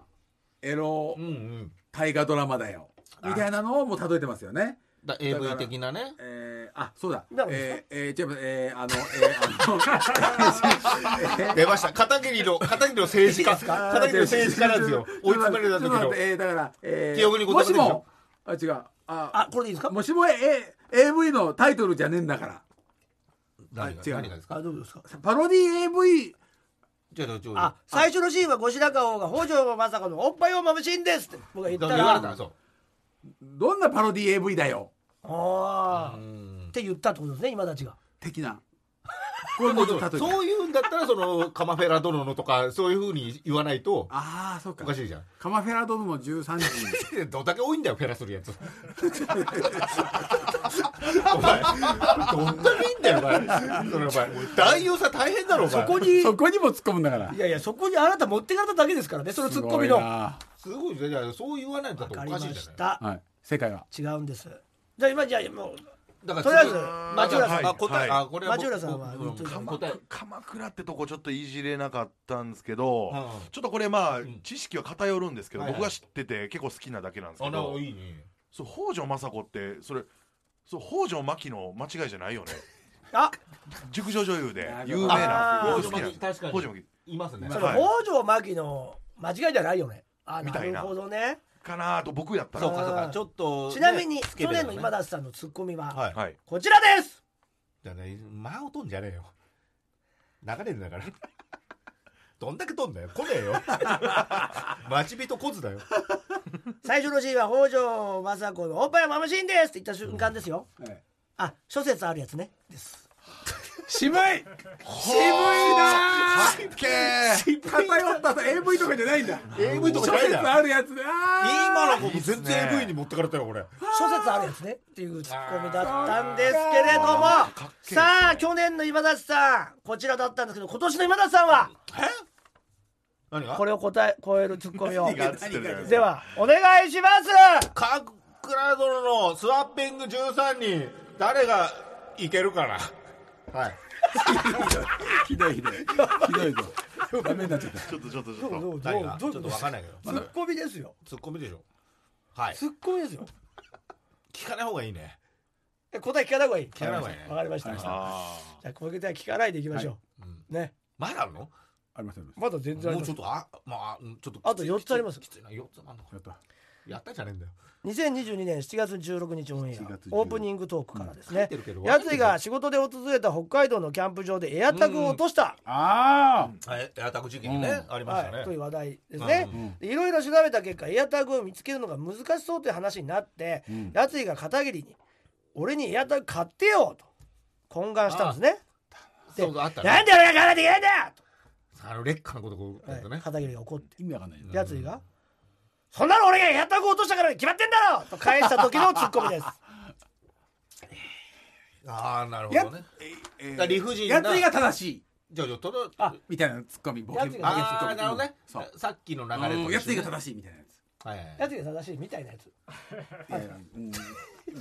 [SPEAKER 5] エロ
[SPEAKER 2] うん
[SPEAKER 5] 大河ドラマだよみたいなのをもう例えてますよね
[SPEAKER 2] だ
[SPEAKER 5] だか
[SPEAKER 2] AV
[SPEAKER 5] ら
[SPEAKER 2] 的なね
[SPEAKER 5] えー、あそうだ
[SPEAKER 3] なるほど
[SPEAKER 5] えー、えー、じゃあえー、あのえー、あのえー
[SPEAKER 2] 出ました片桐の片桐の政治家片桐の政治家なんですよ追い詰められた時
[SPEAKER 5] ちょっと
[SPEAKER 2] の
[SPEAKER 5] 待ってえーだから、えー、
[SPEAKER 2] 記憶にございませんでしょ
[SPEAKER 5] もしもあ違うあ
[SPEAKER 3] あこれでいいですか
[SPEAKER 5] もしも、えー、AV のタイトルじゃねえんだから
[SPEAKER 2] 何が
[SPEAKER 5] あ違う
[SPEAKER 2] 何がです
[SPEAKER 3] あ
[SPEAKER 2] か
[SPEAKER 3] どうですか
[SPEAKER 5] パロディ AV
[SPEAKER 2] ちょちょちょ
[SPEAKER 3] あ最初のシーンは後白河法皇が北条政子のおっぱいを揉むシーンですって僕が言っ
[SPEAKER 2] だ
[SPEAKER 3] た
[SPEAKER 2] から言わ
[SPEAKER 3] ら
[SPEAKER 2] れたそ
[SPEAKER 5] どんなパロディ AV だよ
[SPEAKER 3] あ
[SPEAKER 2] うう
[SPEAKER 3] ーっ
[SPEAKER 2] ん
[SPEAKER 3] て言ったってことですね今たちが
[SPEAKER 5] 的なこれもうちょっと例えば
[SPEAKER 2] そういうんだったらそのカマフェラ殿のとかそういうふうに言わないと
[SPEAKER 5] ああそうか
[SPEAKER 2] おかしいじゃん
[SPEAKER 5] カマフェラ殿の13時
[SPEAKER 2] どんだけ多いんだよフェラするや つお前どんだけいいんだよお前それお前男優さん大変だろお前
[SPEAKER 3] そこに
[SPEAKER 5] そこにも突っ込むんだから
[SPEAKER 3] いやいやそこにあなた持ってかれただけですからねそのツッコミの
[SPEAKER 5] すご
[SPEAKER 3] わ
[SPEAKER 5] いな
[SPEAKER 2] すごいじゃあそう言わないんだとおか
[SPEAKER 3] かり
[SPEAKER 2] し
[SPEAKER 3] ま
[SPEAKER 2] いじゃない
[SPEAKER 3] した
[SPEAKER 5] はい世界は
[SPEAKER 3] 違うんですじゃあ今じゃあもう
[SPEAKER 2] だから
[SPEAKER 3] とりあえず
[SPEAKER 2] 次
[SPEAKER 3] 町浦さん
[SPEAKER 2] あ答え
[SPEAKER 4] はい
[SPEAKER 2] あこれは僕
[SPEAKER 3] 町浦さんは
[SPEAKER 2] 僕
[SPEAKER 3] うん
[SPEAKER 2] 僕
[SPEAKER 4] 鎌
[SPEAKER 2] 答え
[SPEAKER 4] 倉鎌倉ってとこちょっといじれなかったんですけど、
[SPEAKER 2] うん
[SPEAKER 4] ちょっとこれまあ、
[SPEAKER 2] ん
[SPEAKER 4] 知識は偏るんですけど、
[SPEAKER 2] はいはい
[SPEAKER 4] 僕が知ってて結構好きなだけなんです
[SPEAKER 2] あ
[SPEAKER 4] け
[SPEAKER 2] なん
[SPEAKER 4] ど
[SPEAKER 2] かいいね
[SPEAKER 4] そう北条政子ってそれそう北条真紀の間違いじゃないよね
[SPEAKER 3] あ
[SPEAKER 4] 熟女女優で
[SPEAKER 5] なる
[SPEAKER 4] 有
[SPEAKER 5] ほど
[SPEAKER 4] 名な
[SPEAKER 2] あー
[SPEAKER 4] 僕好きなんです
[SPEAKER 2] 確かに
[SPEAKER 4] 北条真紀
[SPEAKER 2] いますね
[SPEAKER 3] そ
[SPEAKER 4] は
[SPEAKER 3] の
[SPEAKER 4] い
[SPEAKER 3] 北条真紀の間違いじゃないよねあ
[SPEAKER 4] み
[SPEAKER 3] な
[SPEAKER 4] たい
[SPEAKER 3] る
[SPEAKER 4] な
[SPEAKER 3] ほどね
[SPEAKER 4] かなと僕やった
[SPEAKER 2] そう
[SPEAKER 4] ら
[SPEAKER 2] かそうかちょっと
[SPEAKER 3] ちなみに
[SPEAKER 2] ねスケ
[SPEAKER 3] 去
[SPEAKER 2] ベだ
[SPEAKER 3] 年
[SPEAKER 2] から
[SPEAKER 3] の
[SPEAKER 2] ね
[SPEAKER 3] 今田さんのツッコミ
[SPEAKER 2] は
[SPEAKER 3] はい
[SPEAKER 4] はい
[SPEAKER 3] こちらです
[SPEAKER 2] だからね間を取んじゃねえよ流れるんだからどんだけ取んだよ来ねえよ 待ち人こずだよ
[SPEAKER 3] 最初のシーンは北条政子の「おっぱいをまむシーンです」って言った瞬間ですよ
[SPEAKER 5] はい
[SPEAKER 3] あ諸説あるやつねです
[SPEAKER 5] 渋い渋い
[SPEAKER 4] か
[SPEAKER 5] な
[SPEAKER 4] っけー
[SPEAKER 5] 偏ったと AV とかじゃないんだ
[SPEAKER 2] AV とか
[SPEAKER 5] 諸
[SPEAKER 2] じゃないん
[SPEAKER 5] 説
[SPEAKER 2] だ
[SPEAKER 5] あるやつであ
[SPEAKER 2] 今の僕
[SPEAKER 4] いいっすね
[SPEAKER 2] 全然 AV に持ってかれたよ俺
[SPEAKER 3] 諸説あるやつねっていうツッコミだったんですけれどもさあ去年の今田さんこちらだったんですけど今年の今田さんは
[SPEAKER 2] 何が
[SPEAKER 3] これを答え超えるツッコミを
[SPEAKER 4] 何がっつってるじゃないですか
[SPEAKER 3] ではお願いします
[SPEAKER 2] カクラ殿のスワッピング13人誰がいけるかなはい
[SPEAKER 5] ーひどいひどいひどいぞダメになっちゃった
[SPEAKER 4] ちょっとちょっとちょっと
[SPEAKER 2] 何がちょっと分
[SPEAKER 3] ツ
[SPEAKER 2] かんないけど
[SPEAKER 3] ッコミですよ
[SPEAKER 2] ツッコミでしょはい
[SPEAKER 3] ツッコミですよ
[SPEAKER 2] 聞かない方がいいね
[SPEAKER 3] え答え聞かない方がいい聞
[SPEAKER 2] かない方がいいね
[SPEAKER 3] わかりましたじゃ
[SPEAKER 4] あー
[SPEAKER 3] あこれでは聞かないでいきましょう、ね
[SPEAKER 2] まだあるの
[SPEAKER 5] ありましたありまし
[SPEAKER 3] まだ全然あ
[SPEAKER 2] もうち
[SPEAKER 3] ります
[SPEAKER 2] ょっとあまあうんちょっと
[SPEAKER 3] あと四つあります
[SPEAKER 2] きついな4つもあんのか
[SPEAKER 5] たや
[SPEAKER 2] や
[SPEAKER 5] った
[SPEAKER 2] ったじゃねえんだよ
[SPEAKER 3] 2022年7月16日オンエ
[SPEAKER 5] 7月16
[SPEAKER 3] アオープニングトークからですね
[SPEAKER 2] 書いてるけど
[SPEAKER 3] やついが仕事で訪れた北海道のキャンプ場でエアタグを落とした、
[SPEAKER 5] あ
[SPEAKER 2] はいエアタグ事件ね、
[SPEAKER 5] う
[SPEAKER 2] ありましたね、
[SPEAKER 3] はい、という話題ですね
[SPEAKER 2] うん
[SPEAKER 3] でいろいろ調べた結果エアタグを見つけるのが難しそうという話になって、
[SPEAKER 5] うん
[SPEAKER 3] やついが片桐に「俺にエアタグ買ってよ」と懇願したんですね。で
[SPEAKER 2] そうそうあったね
[SPEAKER 3] なんで俺が買わなきゃいけないんだ!」
[SPEAKER 2] あの劣化のことこうやっ
[SPEAKER 3] と、
[SPEAKER 2] て
[SPEAKER 3] はい
[SPEAKER 2] ね、
[SPEAKER 3] 片桐が怒って
[SPEAKER 5] 意味わかんないね
[SPEAKER 3] やついが「そんなの俺がエアタグ落としたからに決まってんだろ!」と返した時のツッコミです。
[SPEAKER 2] ああなるほどねだから理不尽な
[SPEAKER 5] やついが正しい
[SPEAKER 2] じゃあじゃあただ
[SPEAKER 3] あ
[SPEAKER 5] みたいなツッコミボケ
[SPEAKER 3] やついが正しい
[SPEAKER 2] あーなるほどね、
[SPEAKER 5] そう
[SPEAKER 2] さっきの流れ
[SPEAKER 5] うん
[SPEAKER 2] と
[SPEAKER 5] やついが
[SPEAKER 2] し
[SPEAKER 5] 正しいみたいなやつ
[SPEAKER 2] い、はい
[SPEAKER 3] やついが正しいみたいなやつ。
[SPEAKER 5] いやいやうん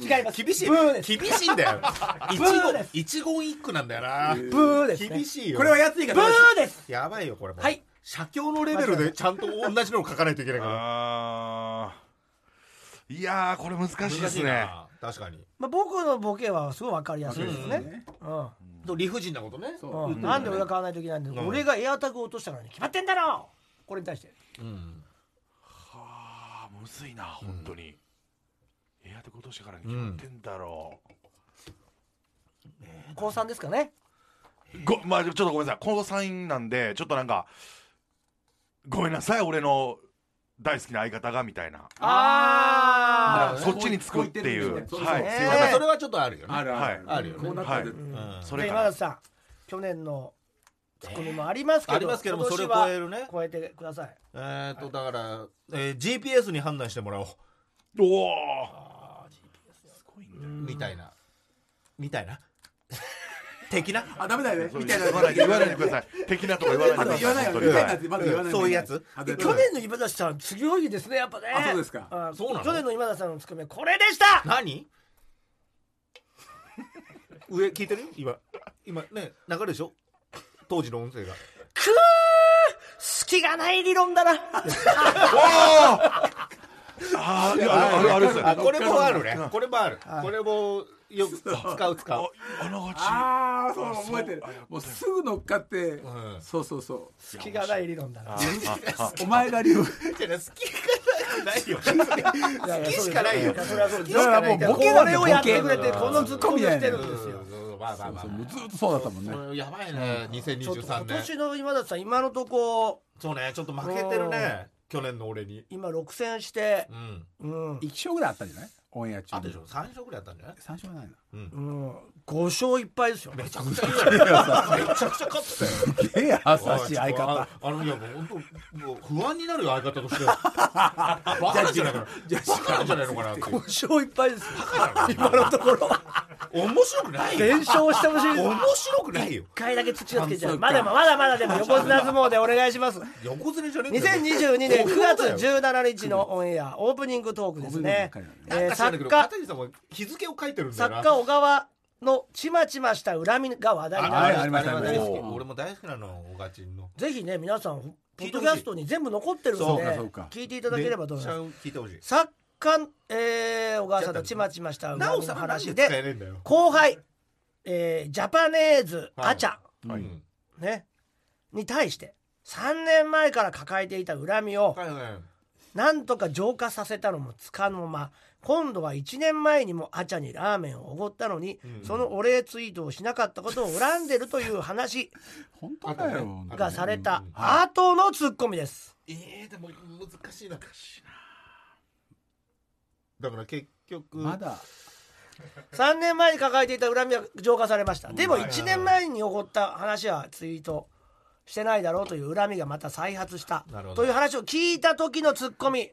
[SPEAKER 3] 違います。
[SPEAKER 2] 厳し
[SPEAKER 3] ブーで
[SPEAKER 2] い
[SPEAKER 3] す。
[SPEAKER 2] 厳しいんだ よ一
[SPEAKER 3] ー
[SPEAKER 2] 言
[SPEAKER 3] です
[SPEAKER 2] 一言一句なんだよな
[SPEAKER 3] ブーです、ね
[SPEAKER 2] 厳。しいよ
[SPEAKER 5] これはやついが
[SPEAKER 3] ブ
[SPEAKER 5] 正しい
[SPEAKER 3] ーです。
[SPEAKER 2] やばいよこれもう
[SPEAKER 3] はい
[SPEAKER 2] 写経のレベルでちゃんと同じのを書かないといけないから
[SPEAKER 4] あーいやーこれ難しいですね
[SPEAKER 2] な確かに
[SPEAKER 3] まあ僕のボケはすごいわかりやすいですよ
[SPEAKER 2] わかり
[SPEAKER 3] ね。うん。
[SPEAKER 2] と理不尽なことね
[SPEAKER 5] そう
[SPEAKER 3] うん
[SPEAKER 5] うん
[SPEAKER 3] なんで俺が買わないといけないんだよ、
[SPEAKER 2] うん
[SPEAKER 3] 俺がエアタグを落としたからに決まってんだろこれに対して
[SPEAKER 2] うん
[SPEAKER 4] あーむずいな本当に、エアでことしてからに決まってんだろう、
[SPEAKER 3] 高三ですかね
[SPEAKER 4] ごまあちょっとごめんなさいこのサインなんでちょっとなんかごめんなさい俺の大好きな相方がみたいな
[SPEAKER 5] あ
[SPEAKER 3] あ
[SPEAKER 5] ー
[SPEAKER 4] そっちにつくっていう
[SPEAKER 5] そうそうそう
[SPEAKER 4] はい、
[SPEAKER 3] ね
[SPEAKER 4] すい
[SPEAKER 2] や
[SPEAKER 4] ま
[SPEAKER 2] っ
[SPEAKER 4] せ
[SPEAKER 2] ぱ
[SPEAKER 4] ん
[SPEAKER 2] それはちょっとあるよね
[SPEAKER 5] あるある
[SPEAKER 2] はいあるよね
[SPEAKER 5] こうなったら
[SPEAKER 4] はい
[SPEAKER 2] うん
[SPEAKER 4] そ
[SPEAKER 3] そ
[SPEAKER 4] れ
[SPEAKER 3] れ
[SPEAKER 4] か
[SPEAKER 3] 今
[SPEAKER 4] な
[SPEAKER 3] 田さん去年のツッコミもありますけど、
[SPEAKER 2] ありますけども
[SPEAKER 3] 今
[SPEAKER 2] それ
[SPEAKER 3] 年
[SPEAKER 2] を
[SPEAKER 3] は
[SPEAKER 2] 超えるね
[SPEAKER 3] 超えてください
[SPEAKER 2] えーっとだからえー GPS に判断してもらおう
[SPEAKER 4] おお
[SPEAKER 2] みたいなみたいな 的な
[SPEAKER 5] あダメだよねみたいな
[SPEAKER 4] 言わない言わないでください的なとか言わ
[SPEAKER 5] ま
[SPEAKER 4] ない
[SPEAKER 5] だ
[SPEAKER 4] でく
[SPEAKER 5] 言
[SPEAKER 4] だ
[SPEAKER 5] わ
[SPEAKER 4] さ
[SPEAKER 5] ないい
[SPEAKER 4] 本当に
[SPEAKER 5] よねみたいなやつまだ言わないよね
[SPEAKER 2] そういうやつ
[SPEAKER 5] あ
[SPEAKER 3] で
[SPEAKER 5] で
[SPEAKER 3] 去年の今田さん強いですねやっぱね
[SPEAKER 5] あそうですか
[SPEAKER 3] ん
[SPEAKER 2] そうなの
[SPEAKER 3] 去年の今田さんのツッコミはこれでした
[SPEAKER 2] 何上聞いてる今今ね流れるでしょ当時の音声が
[SPEAKER 3] くー隙がない理論だな
[SPEAKER 4] あーいやあれあれです
[SPEAKER 2] あ
[SPEAKER 4] あ
[SPEAKER 2] これもあるねこれもある、これもよく使う使う
[SPEAKER 4] あながち
[SPEAKER 5] ああそう覚えてるもうすぐ乗っかって
[SPEAKER 2] ん
[SPEAKER 5] そうそうそ
[SPEAKER 3] 隙がない理論だな
[SPEAKER 4] あああ
[SPEAKER 5] うお前が流
[SPEAKER 2] じゃあ好きがなくないよ
[SPEAKER 3] 好
[SPEAKER 2] 好きしかないよ
[SPEAKER 3] それはそうです
[SPEAKER 5] だからもうボケなん
[SPEAKER 3] こ
[SPEAKER 5] だ
[SPEAKER 3] れ
[SPEAKER 5] よ
[SPEAKER 3] をや
[SPEAKER 5] ボ
[SPEAKER 3] っ
[SPEAKER 5] ケ
[SPEAKER 3] てくれてこのツッコミをしてるんですよ
[SPEAKER 2] まあまあまあ、
[SPEAKER 5] もうずっとそうだったもんね
[SPEAKER 2] それやばいね
[SPEAKER 3] ちょっ
[SPEAKER 2] 2023
[SPEAKER 3] と今
[SPEAKER 2] 年
[SPEAKER 3] 年の今田さん今のとこ
[SPEAKER 2] そうねちょっと負けてるね去年の俺に
[SPEAKER 3] 今6戦して
[SPEAKER 2] うん
[SPEAKER 3] うん
[SPEAKER 5] 一勝ぐらいあったんじゃないオンエア中
[SPEAKER 2] あとでしょ3勝ぐらいあったんじゃない
[SPEAKER 5] 3勝はないな
[SPEAKER 3] うん、5勝1敗ですよ
[SPEAKER 2] めちゃくちゃいいじゃんめちゃくちゃ勝ってたよ
[SPEAKER 5] すげえ優しい相方
[SPEAKER 2] あのいやもう本当もう不安になるよ相方としてはバカなんじゃないかなバカなんじゃないのかなっていう
[SPEAKER 3] 5勝1敗です 今のところ
[SPEAKER 2] 面白くないよ
[SPEAKER 3] 連勝してほしいです
[SPEAKER 2] 面白くないよ
[SPEAKER 3] 一回だけ土をつけちゃ
[SPEAKER 5] そううか
[SPEAKER 3] まだまだまだでも横綱相撲でお願いします
[SPEAKER 2] 横連れじゃねえんだよ
[SPEAKER 3] 2022年9月17日のオンエアオープニングトークですね
[SPEAKER 5] オープニングトーク
[SPEAKER 2] なん
[SPEAKER 3] えー
[SPEAKER 2] か知らないけ
[SPEAKER 3] 作
[SPEAKER 2] ど
[SPEAKER 3] 家
[SPEAKER 2] 片桐さんも日付を書いてるんだよ
[SPEAKER 3] 作
[SPEAKER 2] な
[SPEAKER 3] 家小川のちまちました恨みが話題にな
[SPEAKER 5] あ
[SPEAKER 3] る
[SPEAKER 5] ありました
[SPEAKER 2] あれは大好き
[SPEAKER 5] ありました
[SPEAKER 2] 俺も大好きなのおがちんの
[SPEAKER 3] ぜひね皆さんポ
[SPEAKER 2] 聞
[SPEAKER 3] ッ
[SPEAKER 2] いて
[SPEAKER 3] ド
[SPEAKER 2] ほしい
[SPEAKER 3] キャストに全部残ってるんで
[SPEAKER 5] そうかそうか
[SPEAKER 3] 聞いていただければと思い
[SPEAKER 2] めっ
[SPEAKER 3] ま
[SPEAKER 2] ち
[SPEAKER 3] す
[SPEAKER 2] ゃ聞いてほしい
[SPEAKER 3] 作家、えー小川さんとちまちました
[SPEAKER 2] な
[SPEAKER 3] 恨
[SPEAKER 2] お
[SPEAKER 3] みの
[SPEAKER 2] さん話
[SPEAKER 3] 話
[SPEAKER 2] で使えね
[SPEAKER 3] で
[SPEAKER 2] えんだよ
[SPEAKER 3] 後輩、えージャパネーズ
[SPEAKER 2] はい
[SPEAKER 3] あちゃ
[SPEAKER 2] はい
[SPEAKER 3] ん、ね、に対して3年前から抱えていた恨みを
[SPEAKER 2] はいはい
[SPEAKER 3] なんとか浄化させたのもつかの間今度は1年前にもあちゃんにラーメンをおごったのに、
[SPEAKER 2] うん
[SPEAKER 3] そのお礼ツイートをしなかったことを恨んでるという話
[SPEAKER 5] 本当だよ
[SPEAKER 2] あと
[SPEAKER 3] がされた
[SPEAKER 2] うん
[SPEAKER 3] 後のツッコミです。
[SPEAKER 2] えー、でも難しいなだから結局
[SPEAKER 5] まだ
[SPEAKER 3] 3年前に抱えていた恨みは浄化されましたでも
[SPEAKER 2] はいはい
[SPEAKER 3] 1年前に起こった話はツイートしてないだろうという恨みがまた再発した
[SPEAKER 2] なるほど
[SPEAKER 3] という話を聞いた時のツッコミ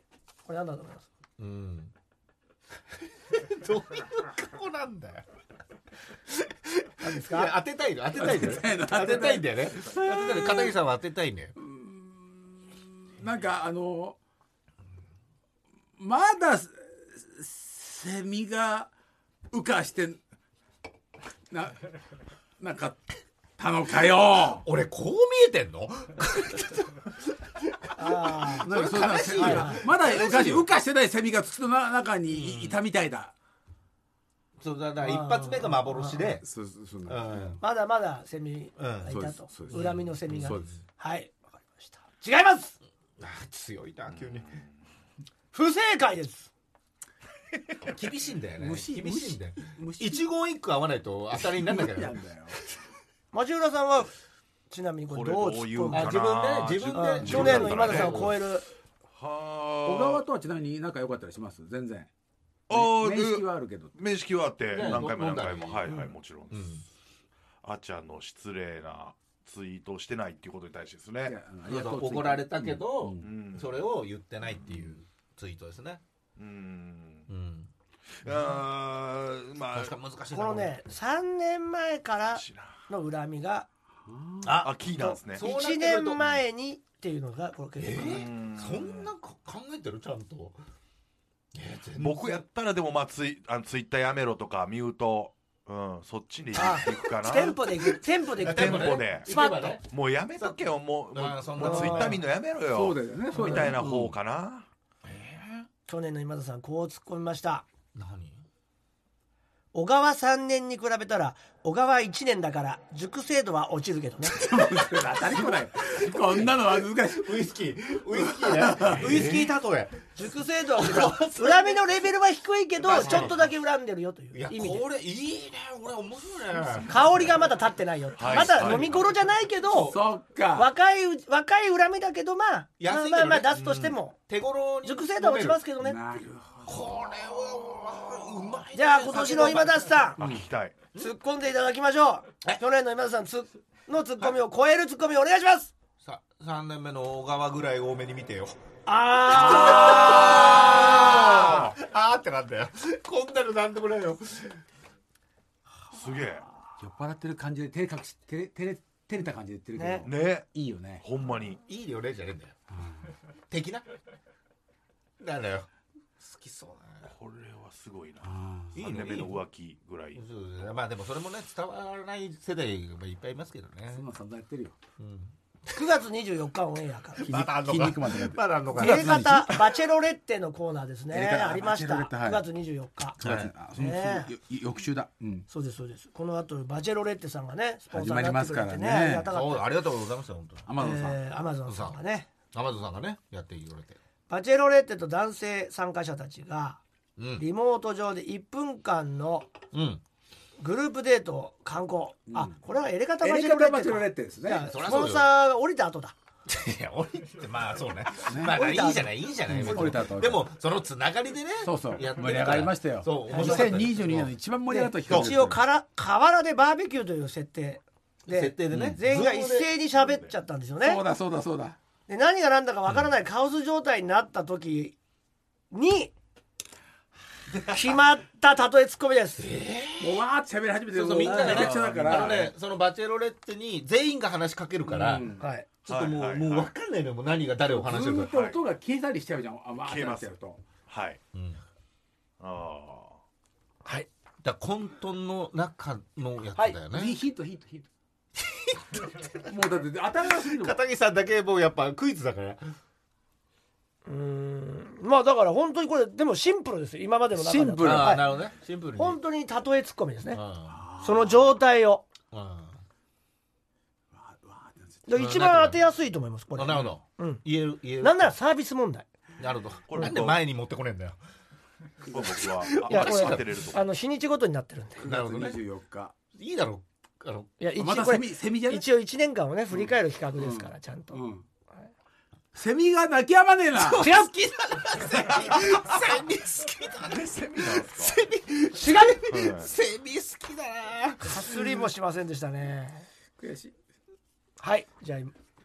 [SPEAKER 3] これ何だと思います
[SPEAKER 2] うん どういう顔なんだよ
[SPEAKER 3] 何です
[SPEAKER 2] いや
[SPEAKER 3] か
[SPEAKER 2] 当てたいの当てたいんだよね当て
[SPEAKER 5] 当て
[SPEAKER 2] た
[SPEAKER 5] た
[SPEAKER 2] いんだよね当てたい片桐さんは当てたいね
[SPEAKER 5] なんかあのまだせセミが羽化してななんかたのかよ
[SPEAKER 2] 俺こう見えてんの
[SPEAKER 3] あ
[SPEAKER 5] なんかそん
[SPEAKER 2] 悲
[SPEAKER 5] な
[SPEAKER 2] しいよ
[SPEAKER 5] セミがまだ
[SPEAKER 2] 悲しいよ
[SPEAKER 5] 昔羽化してないセミが土の中にいいたみたいだ、
[SPEAKER 2] そうだから一発目が幻で
[SPEAKER 5] そそそん
[SPEAKER 2] う
[SPEAKER 5] な、
[SPEAKER 2] ん
[SPEAKER 3] ーまだまだセミがい
[SPEAKER 5] そうで
[SPEAKER 3] た
[SPEAKER 5] す
[SPEAKER 3] と
[SPEAKER 5] そうです
[SPEAKER 3] 恨みのセミが
[SPEAKER 5] そうです
[SPEAKER 3] はいわかりました違います
[SPEAKER 2] あー強いな急に
[SPEAKER 3] 不正解です
[SPEAKER 2] 厳しいんだよね厳
[SPEAKER 5] 虫
[SPEAKER 2] しいんだよ
[SPEAKER 5] 虫
[SPEAKER 2] 一言一句合わないと当たりにならなきゃ
[SPEAKER 5] 無理な
[SPEAKER 2] ね
[SPEAKER 5] んだよ
[SPEAKER 3] 町浦さんはちなみにこれどうツ
[SPEAKER 4] これ
[SPEAKER 3] ッ
[SPEAKER 4] ど
[SPEAKER 3] コ
[SPEAKER 4] う言う
[SPEAKER 3] む
[SPEAKER 2] あ
[SPEAKER 4] か
[SPEAKER 2] 自分で自分
[SPEAKER 3] あー
[SPEAKER 2] で
[SPEAKER 3] 去年の今田さんを
[SPEAKER 2] 声
[SPEAKER 3] 超える
[SPEAKER 5] 小
[SPEAKER 4] 小
[SPEAKER 5] 川とはちなみに仲良かったりします全然
[SPEAKER 4] あ
[SPEAKER 5] 面識はあるけど
[SPEAKER 4] 面識はあって
[SPEAKER 2] ね
[SPEAKER 4] 何回も
[SPEAKER 2] 飲ん
[SPEAKER 4] 何
[SPEAKER 2] だり
[SPEAKER 4] 回もはいはいもちろんで
[SPEAKER 2] う
[SPEAKER 4] す、
[SPEAKER 2] ん
[SPEAKER 4] あちゃんの失礼なツイートをしてないっていうことに対してですね
[SPEAKER 5] いやあのあり
[SPEAKER 2] そ
[SPEAKER 5] が
[SPEAKER 2] う
[SPEAKER 5] と
[SPEAKER 2] そうう怒られたけど、
[SPEAKER 4] う
[SPEAKER 5] うん
[SPEAKER 4] ん
[SPEAKER 2] それを言ってないっていうツイートですね。
[SPEAKER 4] うん
[SPEAKER 2] うん、
[SPEAKER 4] あーまあ
[SPEAKER 2] 確かに難しいな
[SPEAKER 3] このね3年前から
[SPEAKER 4] しな
[SPEAKER 3] の恨みが
[SPEAKER 2] あ
[SPEAKER 4] あキーなんですね
[SPEAKER 2] そうなってく
[SPEAKER 3] 1
[SPEAKER 2] ると
[SPEAKER 3] 年前にっていうのがこれ結
[SPEAKER 2] え
[SPEAKER 3] 構
[SPEAKER 4] うん
[SPEAKER 2] そんなこ考えてるちゃんと。えー全然
[SPEAKER 4] 僕やったらでもまあツイあのツイッターやめろとかミュート、うん、そっちに行くかな
[SPEAKER 3] テンポでいくテンポでいく
[SPEAKER 4] テンポで
[SPEAKER 2] スパッと。
[SPEAKER 4] もうやめとけよもうも
[SPEAKER 2] あー
[SPEAKER 4] う
[SPEAKER 2] そんな
[SPEAKER 4] もうツイッター見んのやめろよ
[SPEAKER 5] そうだよねそうだよね
[SPEAKER 4] みたいな方かな、
[SPEAKER 3] 去年の今田さんこう突っ込みました
[SPEAKER 2] 何？
[SPEAKER 3] 小川3年に比べたら小川1年だから熟成度は落ちるけどね
[SPEAKER 5] 当たり前だよこんなのは難しい
[SPEAKER 2] ウイスキー、ウイスキーね。ウイスキー例
[SPEAKER 3] 熟成度は落ちる 恨みのレベルは低いけど
[SPEAKER 2] 確かに
[SPEAKER 3] ちょっとだけ恨んでるよとい
[SPEAKER 2] え。いや
[SPEAKER 3] う意味で
[SPEAKER 2] これいいね。俺面白いね。
[SPEAKER 3] 香りがまだ立ってないよ
[SPEAKER 4] はい
[SPEAKER 3] まだ飲み頃じゃないけど
[SPEAKER 5] そっか
[SPEAKER 3] 若いう若い恨みだけどまあま
[SPEAKER 2] 安
[SPEAKER 3] あ
[SPEAKER 2] いけどね
[SPEAKER 3] まあまあ出すとしても
[SPEAKER 2] 手頃に
[SPEAKER 3] 熟成度は落ちます
[SPEAKER 2] 飲
[SPEAKER 3] けどね
[SPEAKER 5] なるほ
[SPEAKER 2] める。これはうまいね。
[SPEAKER 3] じゃあ今年の今田さん
[SPEAKER 4] あ聞きたい
[SPEAKER 3] 突っ込んでいただきましょう去年の今田さんつの突っ込みを超える突っ込みお願いします
[SPEAKER 2] さ三年目の小川ぐらい多めに見てよ。
[SPEAKER 3] あ
[SPEAKER 2] あーあーってなんだよ。こんなのなんでもないよ。
[SPEAKER 4] すげえ
[SPEAKER 5] ど酔っ払ってる感じで照れ隠し照れ照れ照れた感じで言ってるけど、
[SPEAKER 4] ね
[SPEAKER 5] いいよね
[SPEAKER 4] ほんまに
[SPEAKER 2] いいよねじゃねえんだよ。的な。なんだよ。好きそうだ
[SPEAKER 4] これはすごいな
[SPEAKER 2] ね。
[SPEAKER 4] 3年目の浮気ぐらい
[SPEAKER 2] そうですねまあでもそれもね伝わらない世代がいっぱいいますけどね
[SPEAKER 5] そんな散々やってるよ
[SPEAKER 3] 9月24日オンエアから
[SPEAKER 2] まだあんの
[SPEAKER 5] 筋
[SPEAKER 2] か
[SPEAKER 5] 肉までやって
[SPEAKER 2] まだあんのか
[SPEAKER 3] 「
[SPEAKER 2] な
[SPEAKER 3] エレカタバチェロレッテ」のコーナーですね
[SPEAKER 5] エレカタ
[SPEAKER 3] ありました
[SPEAKER 5] バチェロレッテはい
[SPEAKER 3] 9月24日
[SPEAKER 5] そうですねあその
[SPEAKER 3] ね
[SPEAKER 5] よ翌週だうん
[SPEAKER 3] そうですそうですこの後バチェロレッテさんがねスポンサーに
[SPEAKER 5] 始まり
[SPEAKER 3] なっ
[SPEAKER 5] ま
[SPEAKER 3] て
[SPEAKER 5] す
[SPEAKER 3] くれ
[SPEAKER 5] から
[SPEAKER 3] て
[SPEAKER 5] ね
[SPEAKER 3] ねありがたかっ
[SPEAKER 2] そうありがとうございました本当に
[SPEAKER 5] 天野さん、
[SPEAKER 3] たアマゾンさんがね
[SPEAKER 2] 天野さんがねやって言われて
[SPEAKER 3] バチェロレッテと男性参加者たちが
[SPEAKER 2] うん
[SPEAKER 3] リモート上で1分間の
[SPEAKER 2] うん
[SPEAKER 3] グループデートを観光、あこれはエレカタ
[SPEAKER 5] エ
[SPEAKER 3] バ
[SPEAKER 5] レ
[SPEAKER 3] チェ
[SPEAKER 5] カ
[SPEAKER 3] ロレ
[SPEAKER 5] タ
[SPEAKER 3] ッ
[SPEAKER 5] バチ
[SPEAKER 3] テ
[SPEAKER 5] ェロレ
[SPEAKER 3] か
[SPEAKER 5] ッテです
[SPEAKER 3] じゃあ
[SPEAKER 5] ね
[SPEAKER 3] ス
[SPEAKER 2] そりゃそう
[SPEAKER 3] ポ
[SPEAKER 2] よ
[SPEAKER 3] ンサーが降りた後だ
[SPEAKER 2] いや降りてまあそうねまあいいじゃないいいじゃない別に
[SPEAKER 5] 降りた後
[SPEAKER 2] でもそのつながりでね
[SPEAKER 5] そうそう
[SPEAKER 2] やって
[SPEAKER 5] 盛り上がりましたよ
[SPEAKER 2] そう面白かった
[SPEAKER 5] 2022年の一番盛り上がった企画
[SPEAKER 3] 一応から河原でバーベキューという設定で
[SPEAKER 2] 設定でね
[SPEAKER 3] 全員が一斉に喋っちゃったんですよね
[SPEAKER 5] そうだそうだそうだ
[SPEAKER 3] で何が何だかわからないカオス状態になった時に決まったたとえツッコミです、
[SPEAKER 5] もうわーって喋り始めて
[SPEAKER 2] そうそうみんながね
[SPEAKER 5] めっちゃだか
[SPEAKER 2] あ
[SPEAKER 5] ら
[SPEAKER 2] のねそのバチェロレッテに全員が話しかけるから、
[SPEAKER 5] うん
[SPEAKER 3] はい
[SPEAKER 2] ちょっともう,、
[SPEAKER 4] はいはい
[SPEAKER 2] も
[SPEAKER 4] はいう
[SPEAKER 2] 分かんないのよもう何が誰を話して
[SPEAKER 5] ず
[SPEAKER 2] る
[SPEAKER 5] ーっ
[SPEAKER 2] か
[SPEAKER 5] と音が消えたりしちゃうじゃんあわーって
[SPEAKER 4] 消え
[SPEAKER 5] な
[SPEAKER 4] ま
[SPEAKER 5] っ
[SPEAKER 4] す
[SPEAKER 5] てやると
[SPEAKER 4] はい、
[SPEAKER 2] ん
[SPEAKER 4] ああ
[SPEAKER 2] はいだから混沌の中のやつ
[SPEAKER 3] は
[SPEAKER 2] だ
[SPEAKER 3] い
[SPEAKER 2] よね、
[SPEAKER 5] いいヒントヒントヒントもうだって頭がすぎるもん
[SPEAKER 2] 片木さんだけもうやっぱクイズだから
[SPEAKER 3] うーんまあだから本当にこれでもシンプルですよ今までの中で
[SPEAKER 5] シンプル
[SPEAKER 2] あ
[SPEAKER 3] は
[SPEAKER 2] あ
[SPEAKER 3] い
[SPEAKER 2] なるほどねシンプルに
[SPEAKER 3] 本当にたとえツッコミですね
[SPEAKER 2] あ
[SPEAKER 3] その状態を
[SPEAKER 2] ああ
[SPEAKER 3] で一番当てやすいと思いますこ
[SPEAKER 2] あ
[SPEAKER 3] れ
[SPEAKER 2] あなるほど、
[SPEAKER 3] うん
[SPEAKER 2] 言える言える
[SPEAKER 3] なんならサービス問題
[SPEAKER 2] なるほど
[SPEAKER 4] これ
[SPEAKER 2] なんで前に持ってこねえんだよ
[SPEAKER 4] 僕は
[SPEAKER 3] いやこれ
[SPEAKER 4] あ当てれると
[SPEAKER 3] あの日にちごとになってるんで
[SPEAKER 2] なるほどね
[SPEAKER 5] 24日
[SPEAKER 2] いいだろうあの
[SPEAKER 3] いや一
[SPEAKER 5] あまた
[SPEAKER 3] これ
[SPEAKER 5] セミセミじゃない
[SPEAKER 3] 一応1年間をね振り返る企画ですから、ちゃんと、
[SPEAKER 5] うんセミが泣き止まねえな
[SPEAKER 2] 違う好きだなセミセミ好きだなセミセミ
[SPEAKER 3] 違う
[SPEAKER 4] はい
[SPEAKER 2] セミ好きだな
[SPEAKER 3] かすりもしませんでしたね
[SPEAKER 5] 悔しい
[SPEAKER 3] はいじゃあ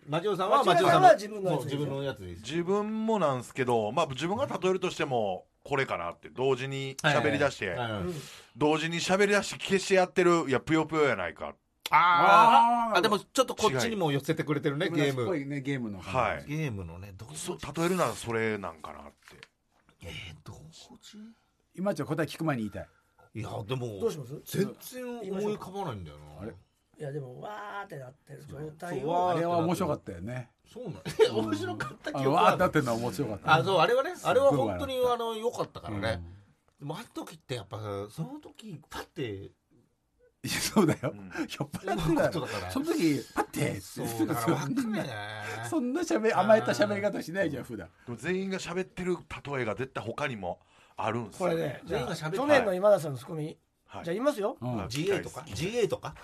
[SPEAKER 2] マチオさんは
[SPEAKER 3] マ
[SPEAKER 2] マ
[SPEAKER 3] チ
[SPEAKER 2] チ
[SPEAKER 3] オ
[SPEAKER 2] オ
[SPEAKER 3] さ
[SPEAKER 2] さ
[SPEAKER 3] ん
[SPEAKER 2] ん
[SPEAKER 3] は
[SPEAKER 2] の
[SPEAKER 3] 自分のやつ
[SPEAKER 2] そう自分のやつでいいです
[SPEAKER 4] 自分もなんですけど、まあ、自分が例えるとしてもこれかなって同時に喋り出して、
[SPEAKER 2] はいはいはい
[SPEAKER 4] 同時に喋り出して消してやってるいやぷよぷよやないか
[SPEAKER 2] あ
[SPEAKER 5] あ
[SPEAKER 2] ー
[SPEAKER 5] ー
[SPEAKER 2] あでもちょっとこっちにも寄せてくれてるねゲー
[SPEAKER 5] 虚しっぽ
[SPEAKER 2] ム
[SPEAKER 5] いねゲームの話
[SPEAKER 4] はい
[SPEAKER 2] ゲームのね同
[SPEAKER 4] そ
[SPEAKER 2] 時
[SPEAKER 4] う例えるならそれなんかなって
[SPEAKER 2] えー同時
[SPEAKER 5] 今ちょっと答え聞く前に言いたい
[SPEAKER 2] いやでも
[SPEAKER 3] どうします
[SPEAKER 2] 全然思い浮かばないんだよな
[SPEAKER 5] あれ
[SPEAKER 3] いやでもわーってなってる状態
[SPEAKER 2] そうわ
[SPEAKER 3] を
[SPEAKER 2] ー
[SPEAKER 5] あれは面白かったよね
[SPEAKER 2] そうなんいや面白かった
[SPEAKER 5] あ
[SPEAKER 2] 記
[SPEAKER 5] の
[SPEAKER 2] 憶は
[SPEAKER 5] わーってなってんのは面白かった
[SPEAKER 2] あそうあれはねあれは本当に
[SPEAKER 5] すっごい
[SPEAKER 2] あの良かったからね、でもあの時ってやっぱその時パッて
[SPEAKER 5] いやそうだよ
[SPEAKER 4] ん
[SPEAKER 5] 酔っ払ってた
[SPEAKER 2] そうだから
[SPEAKER 5] よその時パッて
[SPEAKER 2] そうだから分かんないね
[SPEAKER 5] そんな喋り甘えた喋り方しないじゃん普段
[SPEAKER 4] でも全員が喋ってる例えが絶対他にもあるんです
[SPEAKER 3] こ
[SPEAKER 4] よ
[SPEAKER 3] れねじゃ
[SPEAKER 2] 全員が
[SPEAKER 3] あ
[SPEAKER 2] 喋って
[SPEAKER 3] 去年の今田さんのツッコミ、
[SPEAKER 4] はい
[SPEAKER 3] じゃあ言いますよ、
[SPEAKER 5] うん
[SPEAKER 2] GA とか GA とか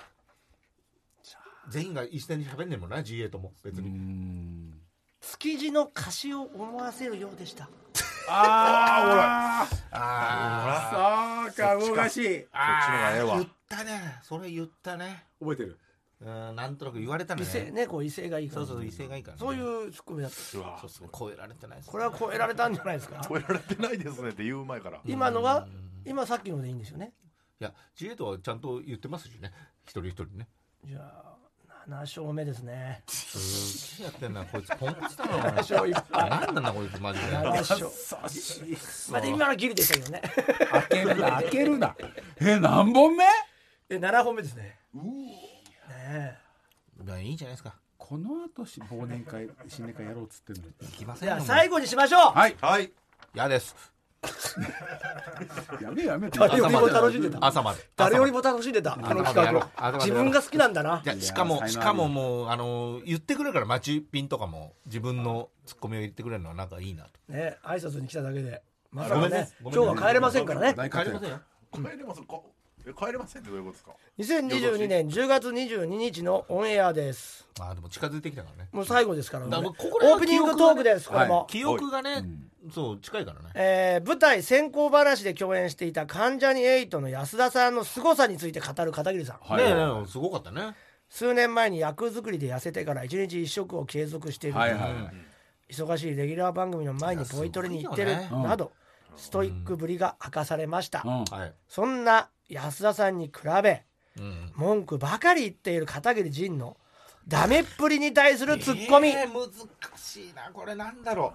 [SPEAKER 2] 全員が一斉に喋んねんもんな GA とも別に、
[SPEAKER 3] 築地の貸しを思わせるようでした
[SPEAKER 5] あ
[SPEAKER 2] あー
[SPEAKER 5] あそ
[SPEAKER 4] そ
[SPEAKER 5] うか
[SPEAKER 4] っちか
[SPEAKER 5] 動かしい
[SPEAKER 4] こっちのがええわ
[SPEAKER 2] 言ったねそれ言ったね
[SPEAKER 5] 覚えてる
[SPEAKER 2] うんなんとなく言われたね
[SPEAKER 3] 威勢ねこう威勢がいいか
[SPEAKER 2] そ
[SPEAKER 3] ら
[SPEAKER 2] うそう威勢がいいからね、
[SPEAKER 3] そういうツッコミだった
[SPEAKER 4] うわ
[SPEAKER 2] そうそう超えられてないです
[SPEAKER 3] これは超えられたんじゃないですか
[SPEAKER 4] 超えられてないですねって言う前から
[SPEAKER 3] 今のは今さっきのでいいんですよね
[SPEAKER 2] いや GA とはちゃんと言ってますしね一人一人ね
[SPEAKER 3] じゃあ7勝目ですね
[SPEAKER 2] すっげえや ってんなこいつポンコツだなお前
[SPEAKER 3] 7勝いっ ぱい
[SPEAKER 2] なんなんだこいつマジで
[SPEAKER 3] 7勝まあで今のギリでしたけどね
[SPEAKER 5] 開けるな開けるな え何本目
[SPEAKER 3] え7本目ですねね
[SPEAKER 2] いやいいんじゃないですか
[SPEAKER 5] この後し忘年会新年会やろうっつってんのに
[SPEAKER 2] 行きま
[SPEAKER 3] え
[SPEAKER 2] せ
[SPEAKER 3] じ
[SPEAKER 2] んよ
[SPEAKER 3] ゃあ
[SPEAKER 2] もう
[SPEAKER 3] 最後にしましょう
[SPEAKER 5] はい
[SPEAKER 4] はい
[SPEAKER 2] 嫌です
[SPEAKER 5] やめやめ
[SPEAKER 3] 誰よりも楽しんでた
[SPEAKER 2] 朝まで
[SPEAKER 3] 誰よりも楽しんでたあの企画
[SPEAKER 2] 朝まで
[SPEAKER 3] 自分が好きなんだない
[SPEAKER 2] やしか
[SPEAKER 5] い
[SPEAKER 2] も
[SPEAKER 5] や
[SPEAKER 2] し
[SPEAKER 5] 才能ある
[SPEAKER 2] かももうあの言ってくれるから町ピンとかも自分のツッコミを言ってくれるのはなんかいいなと
[SPEAKER 3] ね挨拶に来ただけでまさか
[SPEAKER 2] ごめん
[SPEAKER 3] ね
[SPEAKER 2] ねごめ
[SPEAKER 3] 今日
[SPEAKER 2] んね
[SPEAKER 3] は帰れませんからね
[SPEAKER 5] 大
[SPEAKER 2] 帰
[SPEAKER 5] 活
[SPEAKER 2] りま
[SPEAKER 5] 躍
[SPEAKER 2] せんよ
[SPEAKER 4] 帰れますこえ帰れませんってどういうことですか
[SPEAKER 3] 2022年10月22日のオンエアです
[SPEAKER 2] まあでも近づいてきたからね
[SPEAKER 3] もう最後ですから,、
[SPEAKER 2] だから
[SPEAKER 3] オ
[SPEAKER 2] ここら辺
[SPEAKER 3] ープニングトークですこれも、
[SPEAKER 2] 記憶がねそう近いからね
[SPEAKER 3] えー舞台「先行話」で共演していた関ジャニ∞の安田さんの凄さについて語る片桐さん
[SPEAKER 5] はい
[SPEAKER 2] ねえねえすごかったね
[SPEAKER 3] 数年前に役作りで痩せてから1日1食を継続している、
[SPEAKER 5] はいはいはい
[SPEAKER 3] 忙しいレギュラー番組の前にボイトレに行ってる
[SPEAKER 2] いやすごいよ
[SPEAKER 5] ね
[SPEAKER 3] などストイックぶりが明かされました、
[SPEAKER 5] うん
[SPEAKER 2] はい
[SPEAKER 3] そんな安田さんに比べ
[SPEAKER 2] うん
[SPEAKER 3] 文句ばかり言っている片桐仁のダメっぷりに対するツッコミ、
[SPEAKER 2] えー難しいなこれなんだろ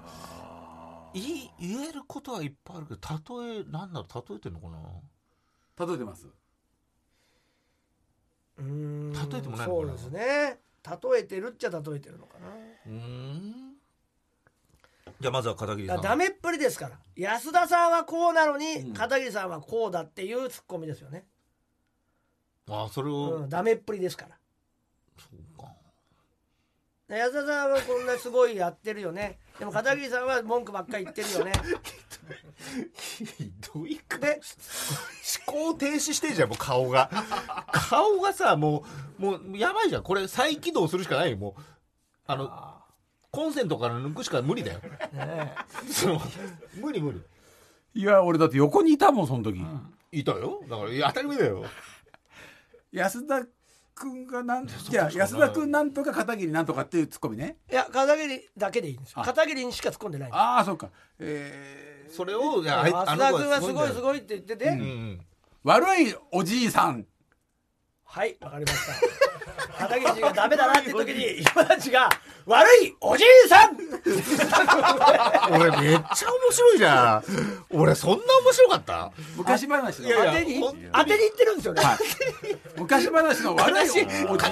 [SPEAKER 2] ういい言えることはいっぱいあるけど例えなんだろう例えてんのかな
[SPEAKER 5] 例えてます
[SPEAKER 3] うーん
[SPEAKER 2] 例えてもないの
[SPEAKER 3] そ
[SPEAKER 2] か
[SPEAKER 3] う
[SPEAKER 2] な
[SPEAKER 3] ですね例えてるっちゃ例えてるのかな
[SPEAKER 2] うーんじゃあまずは片桐
[SPEAKER 3] だ
[SPEAKER 2] さん
[SPEAKER 3] からダメっぷりですから安田さんはこうなのに片桐さんはこうだっていうツッコミですよね、
[SPEAKER 2] あそれを、
[SPEAKER 3] うん、ダメっぷりですから
[SPEAKER 2] そうか
[SPEAKER 3] で安田さんはこんなすごいやってるよねでも片桐さんは文句ばっかり言ってるよね
[SPEAKER 2] ひどいか
[SPEAKER 3] で
[SPEAKER 2] 思考停止してんじゃんもう顔が 顔がさもうもうやばいじゃんこれ再起動するしかないよもうあのコンセントから抜くしか無理だよ。その無理無理。
[SPEAKER 5] いや俺だって横にいたもんその時、
[SPEAKER 2] いたよ。だからいや当たり前だよ。
[SPEAKER 5] 安田君がなんじゃあ安田君なんとか片桐なんとかっていうツッコミね
[SPEAKER 3] いや片桐だけでいいんですよ
[SPEAKER 5] あ
[SPEAKER 3] 片桐にしか突っ込んでないんです
[SPEAKER 5] ああそっかえー、
[SPEAKER 2] それをいやあい
[SPEAKER 3] 増
[SPEAKER 2] あ
[SPEAKER 3] 田
[SPEAKER 2] の子
[SPEAKER 3] 君はすごいす
[SPEAKER 2] い
[SPEAKER 3] ごいって言ってて、
[SPEAKER 2] んだよ。うん
[SPEAKER 5] 悪いおじいさん
[SPEAKER 3] はいわかりました片桐がダメだなって時に今たちが悪いおじいさん
[SPEAKER 2] うん。俺めっちゃ面白いじゃん。俺そんな面白かった。
[SPEAKER 5] 昔話の
[SPEAKER 2] いやいや
[SPEAKER 3] 当てに
[SPEAKER 2] ほ
[SPEAKER 3] 当
[SPEAKER 2] ん
[SPEAKER 3] て
[SPEAKER 2] と
[SPEAKER 3] に
[SPEAKER 2] に
[SPEAKER 3] いってるんですよね、
[SPEAKER 5] 昔話の悪いおじい
[SPEAKER 2] 悲しい
[SPEAKER 5] さ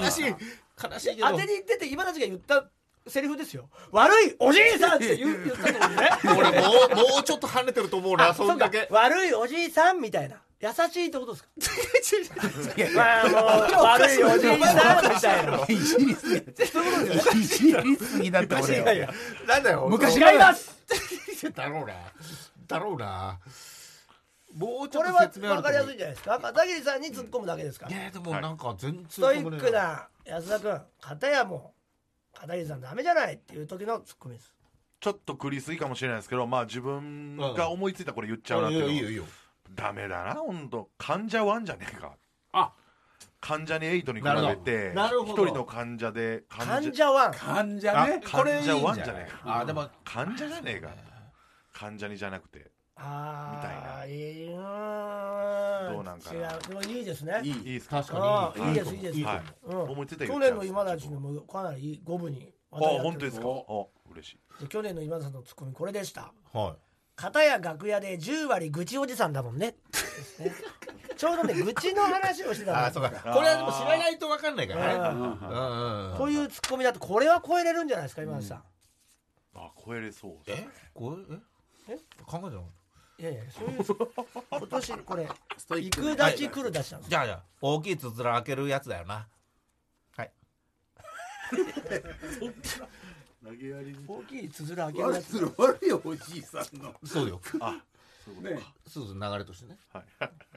[SPEAKER 5] ん
[SPEAKER 2] 悲しいけど
[SPEAKER 3] 当てにいってて今たちが言ったセリフですよ悪いおじいさんって言う言ったと思うね
[SPEAKER 2] 俺もうもうちょっと跳ねてると思うな
[SPEAKER 3] あ
[SPEAKER 2] そんだけ
[SPEAKER 3] うか悪いおじいさんみたいな優しいってことですかまあもう悪いおじいさんみたい ない
[SPEAKER 5] じりすぎいじりすぎだって俺
[SPEAKER 2] いやいやなんだよ
[SPEAKER 5] 昔
[SPEAKER 3] 違います
[SPEAKER 2] だろうなだろうなもうちょ
[SPEAKER 3] こ
[SPEAKER 2] っ
[SPEAKER 3] れ
[SPEAKER 2] と
[SPEAKER 3] は
[SPEAKER 2] 説明あ
[SPEAKER 3] 分
[SPEAKER 2] る
[SPEAKER 3] か
[SPEAKER 2] と
[SPEAKER 3] りや
[SPEAKER 2] 思
[SPEAKER 3] す
[SPEAKER 2] う
[SPEAKER 3] いんじゃないですか片桐さんに突っ込むだけですから
[SPEAKER 2] いやでもなんか全然
[SPEAKER 3] ストイック
[SPEAKER 2] だ
[SPEAKER 3] な安田君片やもう片桐さんダメじゃないっていう時のツッコミです
[SPEAKER 4] ちょっと食りすぎかもしれないですけどまあ自分が思いついたこれ言っちゃうなっ
[SPEAKER 2] い
[SPEAKER 4] ていう
[SPEAKER 2] や
[SPEAKER 4] のはい
[SPEAKER 2] いよいいよ
[SPEAKER 4] ダメだな本当患者ワンじゃねえか
[SPEAKER 5] あ
[SPEAKER 4] 患者にエイトに比
[SPEAKER 2] な
[SPEAKER 4] べ
[SPEAKER 2] るほ
[SPEAKER 4] て
[SPEAKER 2] どなる
[SPEAKER 4] 一
[SPEAKER 2] ほど
[SPEAKER 4] 人の患者で
[SPEAKER 3] 患者ワン
[SPEAKER 5] 患者
[SPEAKER 2] あ
[SPEAKER 5] ね
[SPEAKER 2] これいいんじゃ
[SPEAKER 4] 患者ワン
[SPEAKER 2] な
[SPEAKER 4] じゃ
[SPEAKER 2] い
[SPEAKER 4] ねえ
[SPEAKER 2] あでも
[SPEAKER 4] 患者じゃねえか患者にじゃなくて
[SPEAKER 3] ああ
[SPEAKER 4] み
[SPEAKER 3] いいうーん
[SPEAKER 4] どうなんかな
[SPEAKER 3] 違うでもいいですね
[SPEAKER 5] いい
[SPEAKER 4] いいですか
[SPEAKER 2] 確か
[SPEAKER 3] あ
[SPEAKER 2] に
[SPEAKER 3] ーいいで
[SPEAKER 2] と
[SPEAKER 3] すい
[SPEAKER 2] 思
[SPEAKER 3] いうです
[SPEAKER 2] と思
[SPEAKER 4] は
[SPEAKER 2] う
[SPEAKER 3] うん
[SPEAKER 4] 思いついたら言
[SPEAKER 3] 去
[SPEAKER 4] っちゃう
[SPEAKER 3] 年の今田ちのもかなりいい五分に
[SPEAKER 4] あ
[SPEAKER 3] 話題になって
[SPEAKER 4] 本
[SPEAKER 3] る
[SPEAKER 4] 当ですかあ嬉しい
[SPEAKER 3] 去年の今田さんのツッコミこれでした
[SPEAKER 2] はい
[SPEAKER 3] 片や楽屋で10割愚痴おじさんだもんねですねちょうどね愚痴の話をしてた
[SPEAKER 2] あ
[SPEAKER 3] の
[SPEAKER 2] ーそうかこれはでも知らないと分かんないからね
[SPEAKER 5] うん
[SPEAKER 2] うんうん
[SPEAKER 3] こういうツッコミだとこれは超えれるんじゃないですか今田さん、
[SPEAKER 4] あ超えれそう
[SPEAKER 2] えこれえ
[SPEAKER 3] え
[SPEAKER 2] 考えてなかっ
[SPEAKER 3] いやいやそういう今年これ
[SPEAKER 5] ストイッ
[SPEAKER 3] 行
[SPEAKER 5] クな
[SPEAKER 3] くだち来るだちなんで
[SPEAKER 2] た
[SPEAKER 3] す
[SPEAKER 2] じゃあじゃあ大きいつづら開けるやつだよなはい
[SPEAKER 3] 大きいつづら開ける
[SPEAKER 5] 悪
[SPEAKER 3] や
[SPEAKER 5] い
[SPEAKER 3] つ
[SPEAKER 5] 悪いおじいさんの
[SPEAKER 2] そうよ
[SPEAKER 4] あそういうこと
[SPEAKER 5] ね
[SPEAKER 4] か
[SPEAKER 2] そうそう流れとしてね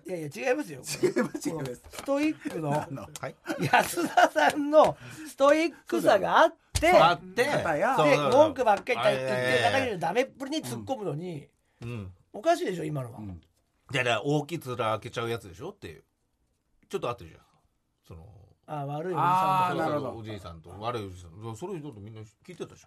[SPEAKER 3] いやいや違いますよ
[SPEAKER 5] 違います違います
[SPEAKER 3] ストイックの
[SPEAKER 5] の
[SPEAKER 2] はい
[SPEAKER 3] 安田さんのストイックさがあって
[SPEAKER 2] あって
[SPEAKER 5] 肩や
[SPEAKER 2] そう
[SPEAKER 3] で
[SPEAKER 2] そうそう
[SPEAKER 3] 文句ばっかり言っ
[SPEAKER 2] あい
[SPEAKER 3] て
[SPEAKER 2] やい
[SPEAKER 3] 言
[SPEAKER 2] や
[SPEAKER 3] っ
[SPEAKER 2] いや
[SPEAKER 3] て片桐のダメっぷりに突っ込むのに、
[SPEAKER 2] うん
[SPEAKER 3] おかしいでしょ今のは、
[SPEAKER 5] ん
[SPEAKER 2] じゃあじゃあ大きいつら開けちゃうやつでしょっていうちょっとあってるじゃんその
[SPEAKER 3] ああ悪いおじ
[SPEAKER 5] あ
[SPEAKER 3] さ
[SPEAKER 2] そう
[SPEAKER 3] んと
[SPEAKER 5] ー
[SPEAKER 2] そう
[SPEAKER 5] なるほど
[SPEAKER 2] おじいさんと悪いおじいさんそれちょっとみんな聞いてたじ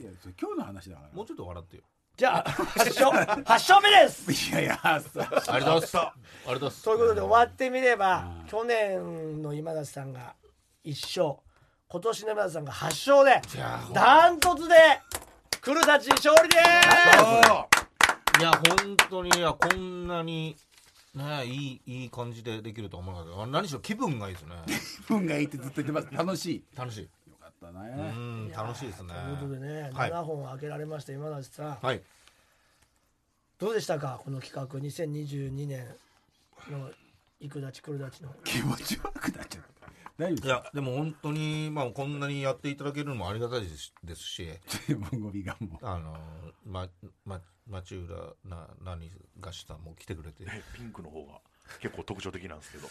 [SPEAKER 5] いや今日の話だか
[SPEAKER 2] ゃんも
[SPEAKER 5] ら
[SPEAKER 2] うちょっと笑ってよ
[SPEAKER 3] じゃあ発症発症目です
[SPEAKER 5] いやいや
[SPEAKER 2] あ
[SPEAKER 5] さ
[SPEAKER 2] りがとうございますありがとうございます
[SPEAKER 3] ということで終わってみれば
[SPEAKER 5] うん
[SPEAKER 3] 去年の今田さんが1勝今年の今田さんが8勝で
[SPEAKER 2] いやほん
[SPEAKER 3] ダントツで来るたち勝利です
[SPEAKER 4] あ
[SPEAKER 2] いや本当にいやこんなにねいいいい感じでできるとは思わなかったあ何しろ気分がいいですね
[SPEAKER 5] 運がいいってずっと言ってます楽しい
[SPEAKER 2] 楽しい
[SPEAKER 5] よかったね、
[SPEAKER 2] うん楽しいですね
[SPEAKER 3] ということでね、
[SPEAKER 2] はい
[SPEAKER 3] 7本開けられました今田さん、
[SPEAKER 2] はい
[SPEAKER 3] どうでしたかこの企画2022年の「いくだちくるだち」の
[SPEAKER 5] 気持ち悪くなっちゃう大
[SPEAKER 2] い
[SPEAKER 5] 丈
[SPEAKER 2] やでも本当にまあこんなにやっていただけるのもありがたいですですし
[SPEAKER 5] 夫ですかゴミがもう
[SPEAKER 2] あのまま町浦な何がしさんも来てくれて
[SPEAKER 4] ーピンクの方が結構特徴的なんですけど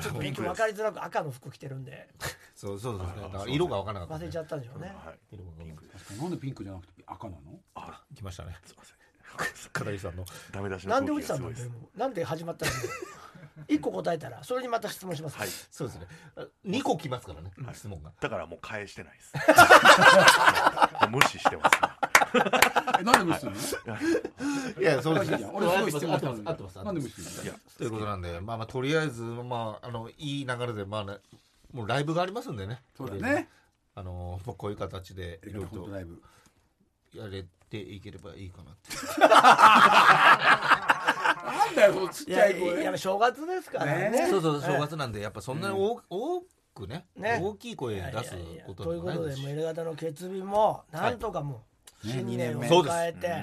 [SPEAKER 3] ちょっと
[SPEAKER 4] ピン
[SPEAKER 3] 分
[SPEAKER 4] クです
[SPEAKER 3] かりづらく赤の服着てるんで
[SPEAKER 2] そうそうですね
[SPEAKER 4] あ
[SPEAKER 2] だ
[SPEAKER 4] あ
[SPEAKER 2] から色が分からなかった、
[SPEAKER 3] 忘れ
[SPEAKER 2] ね
[SPEAKER 3] ち、ゃったんでしょうね、
[SPEAKER 4] はい
[SPEAKER 2] 色が分からな
[SPEAKER 4] ピン
[SPEAKER 2] か
[SPEAKER 4] ク
[SPEAKER 2] っ
[SPEAKER 4] です
[SPEAKER 5] なんでピンクじゃなくて赤なの
[SPEAKER 4] あ
[SPEAKER 2] た来ましたね
[SPEAKER 4] すいませんごめんなさい
[SPEAKER 2] 片桐さんの
[SPEAKER 4] ダメ出しの
[SPEAKER 3] なんで
[SPEAKER 4] 空
[SPEAKER 3] 落ち
[SPEAKER 4] 気
[SPEAKER 3] た
[SPEAKER 4] が
[SPEAKER 3] ん
[SPEAKER 4] す
[SPEAKER 3] だろうね
[SPEAKER 4] ごいです
[SPEAKER 3] もうなんで始まったんだろう一個答えたらそれにまた質問します、
[SPEAKER 4] はい
[SPEAKER 2] そうですねあ二個来ますからね、質問が
[SPEAKER 4] だからもう返してないです 無視してます
[SPEAKER 5] えなんで無視するの
[SPEAKER 2] いやそう
[SPEAKER 5] お
[SPEAKER 2] です
[SPEAKER 5] かしいじゃん俺すごい質問
[SPEAKER 2] 合
[SPEAKER 5] し
[SPEAKER 2] ってま
[SPEAKER 5] た
[SPEAKER 2] す
[SPEAKER 5] のに
[SPEAKER 2] 合ってます合ってます
[SPEAKER 5] なんで無視する
[SPEAKER 4] い
[SPEAKER 5] の
[SPEAKER 4] や
[SPEAKER 2] ということなんで、まあまあ、とりあえず、まあ、あの、いい流れで、まあね、もうライブがありますんでね。
[SPEAKER 5] そうだ
[SPEAKER 2] とりあえず
[SPEAKER 5] ね。
[SPEAKER 2] あの、もうこういう形で、い
[SPEAKER 5] エ
[SPEAKER 2] ろいろ
[SPEAKER 5] レファン
[SPEAKER 2] と
[SPEAKER 5] トライブ。
[SPEAKER 2] やれていければいいかなって。
[SPEAKER 5] なんだよ、そのち
[SPEAKER 3] い
[SPEAKER 5] っちゃ
[SPEAKER 3] や
[SPEAKER 5] い
[SPEAKER 3] いや
[SPEAKER 5] 声。
[SPEAKER 3] や正月ですからね
[SPEAKER 5] ね
[SPEAKER 2] そうそう、正月なんで、やっぱそんなに多,、多くね
[SPEAKER 3] ね
[SPEAKER 2] 大きい声
[SPEAKER 3] いやいや
[SPEAKER 2] 出
[SPEAKER 3] い
[SPEAKER 2] す
[SPEAKER 3] や
[SPEAKER 2] こと
[SPEAKER 3] とい
[SPEAKER 2] でも
[SPEAKER 3] うこ
[SPEAKER 2] ない
[SPEAKER 3] と
[SPEAKER 2] で
[SPEAKER 3] です
[SPEAKER 2] し
[SPEAKER 3] もう L 型の決日もなんとかもう
[SPEAKER 5] はいね
[SPEAKER 3] 新年を
[SPEAKER 2] 年
[SPEAKER 5] 二
[SPEAKER 2] 目
[SPEAKER 3] 迎えて
[SPEAKER 4] う
[SPEAKER 5] うん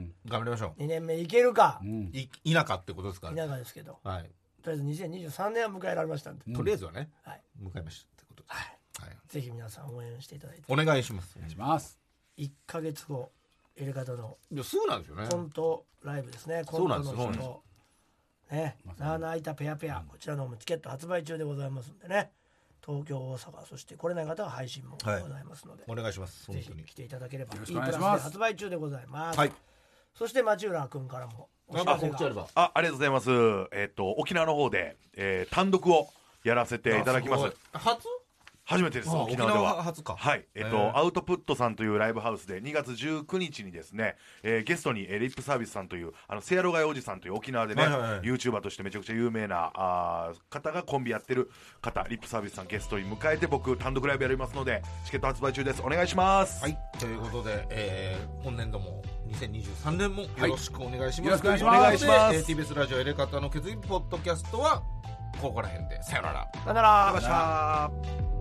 [SPEAKER 5] ん。
[SPEAKER 2] 頑張りましょ
[SPEAKER 3] 2年目いけるか
[SPEAKER 5] うん
[SPEAKER 2] う。。い、田舎ってことですか
[SPEAKER 3] 田
[SPEAKER 2] ら。
[SPEAKER 3] 舎ですけど
[SPEAKER 2] はい。
[SPEAKER 3] とりあえず2023年は迎えられましたんで
[SPEAKER 2] とりあえずはね、
[SPEAKER 3] はい
[SPEAKER 2] 迎えましたってことで。はい。
[SPEAKER 3] ぜひ皆さん応援していただいて
[SPEAKER 2] お願いします。
[SPEAKER 5] します。
[SPEAKER 3] 1か月後エレガタの
[SPEAKER 2] いや、すぐなんですよね。
[SPEAKER 3] コントライブですねコ
[SPEAKER 2] そう
[SPEAKER 3] ン
[SPEAKER 2] な
[SPEAKER 3] ト
[SPEAKER 2] んですよ
[SPEAKER 3] の人ねラーナーイタペアペアこちらの方もチケット発売中でございますんでね東京大阪そして来れない方は配信もございますので、
[SPEAKER 2] お願いします本
[SPEAKER 3] ぜ
[SPEAKER 2] 当
[SPEAKER 3] ひ
[SPEAKER 2] に
[SPEAKER 3] 来ていただければ
[SPEAKER 5] よろし
[SPEAKER 3] い
[SPEAKER 5] くお願
[SPEAKER 3] プ
[SPEAKER 5] いし
[SPEAKER 3] ラ
[SPEAKER 5] ま
[SPEAKER 3] ス」
[SPEAKER 5] す
[SPEAKER 3] で発売中でございます、
[SPEAKER 2] はい
[SPEAKER 3] そして町浦君からもお知らせが
[SPEAKER 2] ば
[SPEAKER 4] あありがとうございますえっ、と沖縄の方で、えー単独をやらせていただきます
[SPEAKER 2] 初
[SPEAKER 4] 初めてです
[SPEAKER 2] あ
[SPEAKER 4] 沖縄で
[SPEAKER 2] 沖
[SPEAKER 4] は
[SPEAKER 2] 縄初か
[SPEAKER 4] はいえっ、と、
[SPEAKER 2] へー
[SPEAKER 4] アウトプットさんというライブハウスで2月19日にですね、えーゲストに、えーリップサービスさんというあのせやろがいおじさんという沖縄でね、
[SPEAKER 2] はいはいはい
[SPEAKER 4] YouTuber としてめちゃくちゃ有名なあー方がコンビやってる方リップサービスさんゲストに迎えて僕単独ライブやりますのでチケット発売中ですお願いします、
[SPEAKER 2] はいということで、えー、今年度も2023年もよろしくお願いします、
[SPEAKER 5] はいよろしくお
[SPEAKER 4] 願いします
[SPEAKER 2] とうことでえー TBS ラジオエレカタの決意ポッドキャストはここら辺でさよなら
[SPEAKER 3] さよなら
[SPEAKER 4] ありがとうございました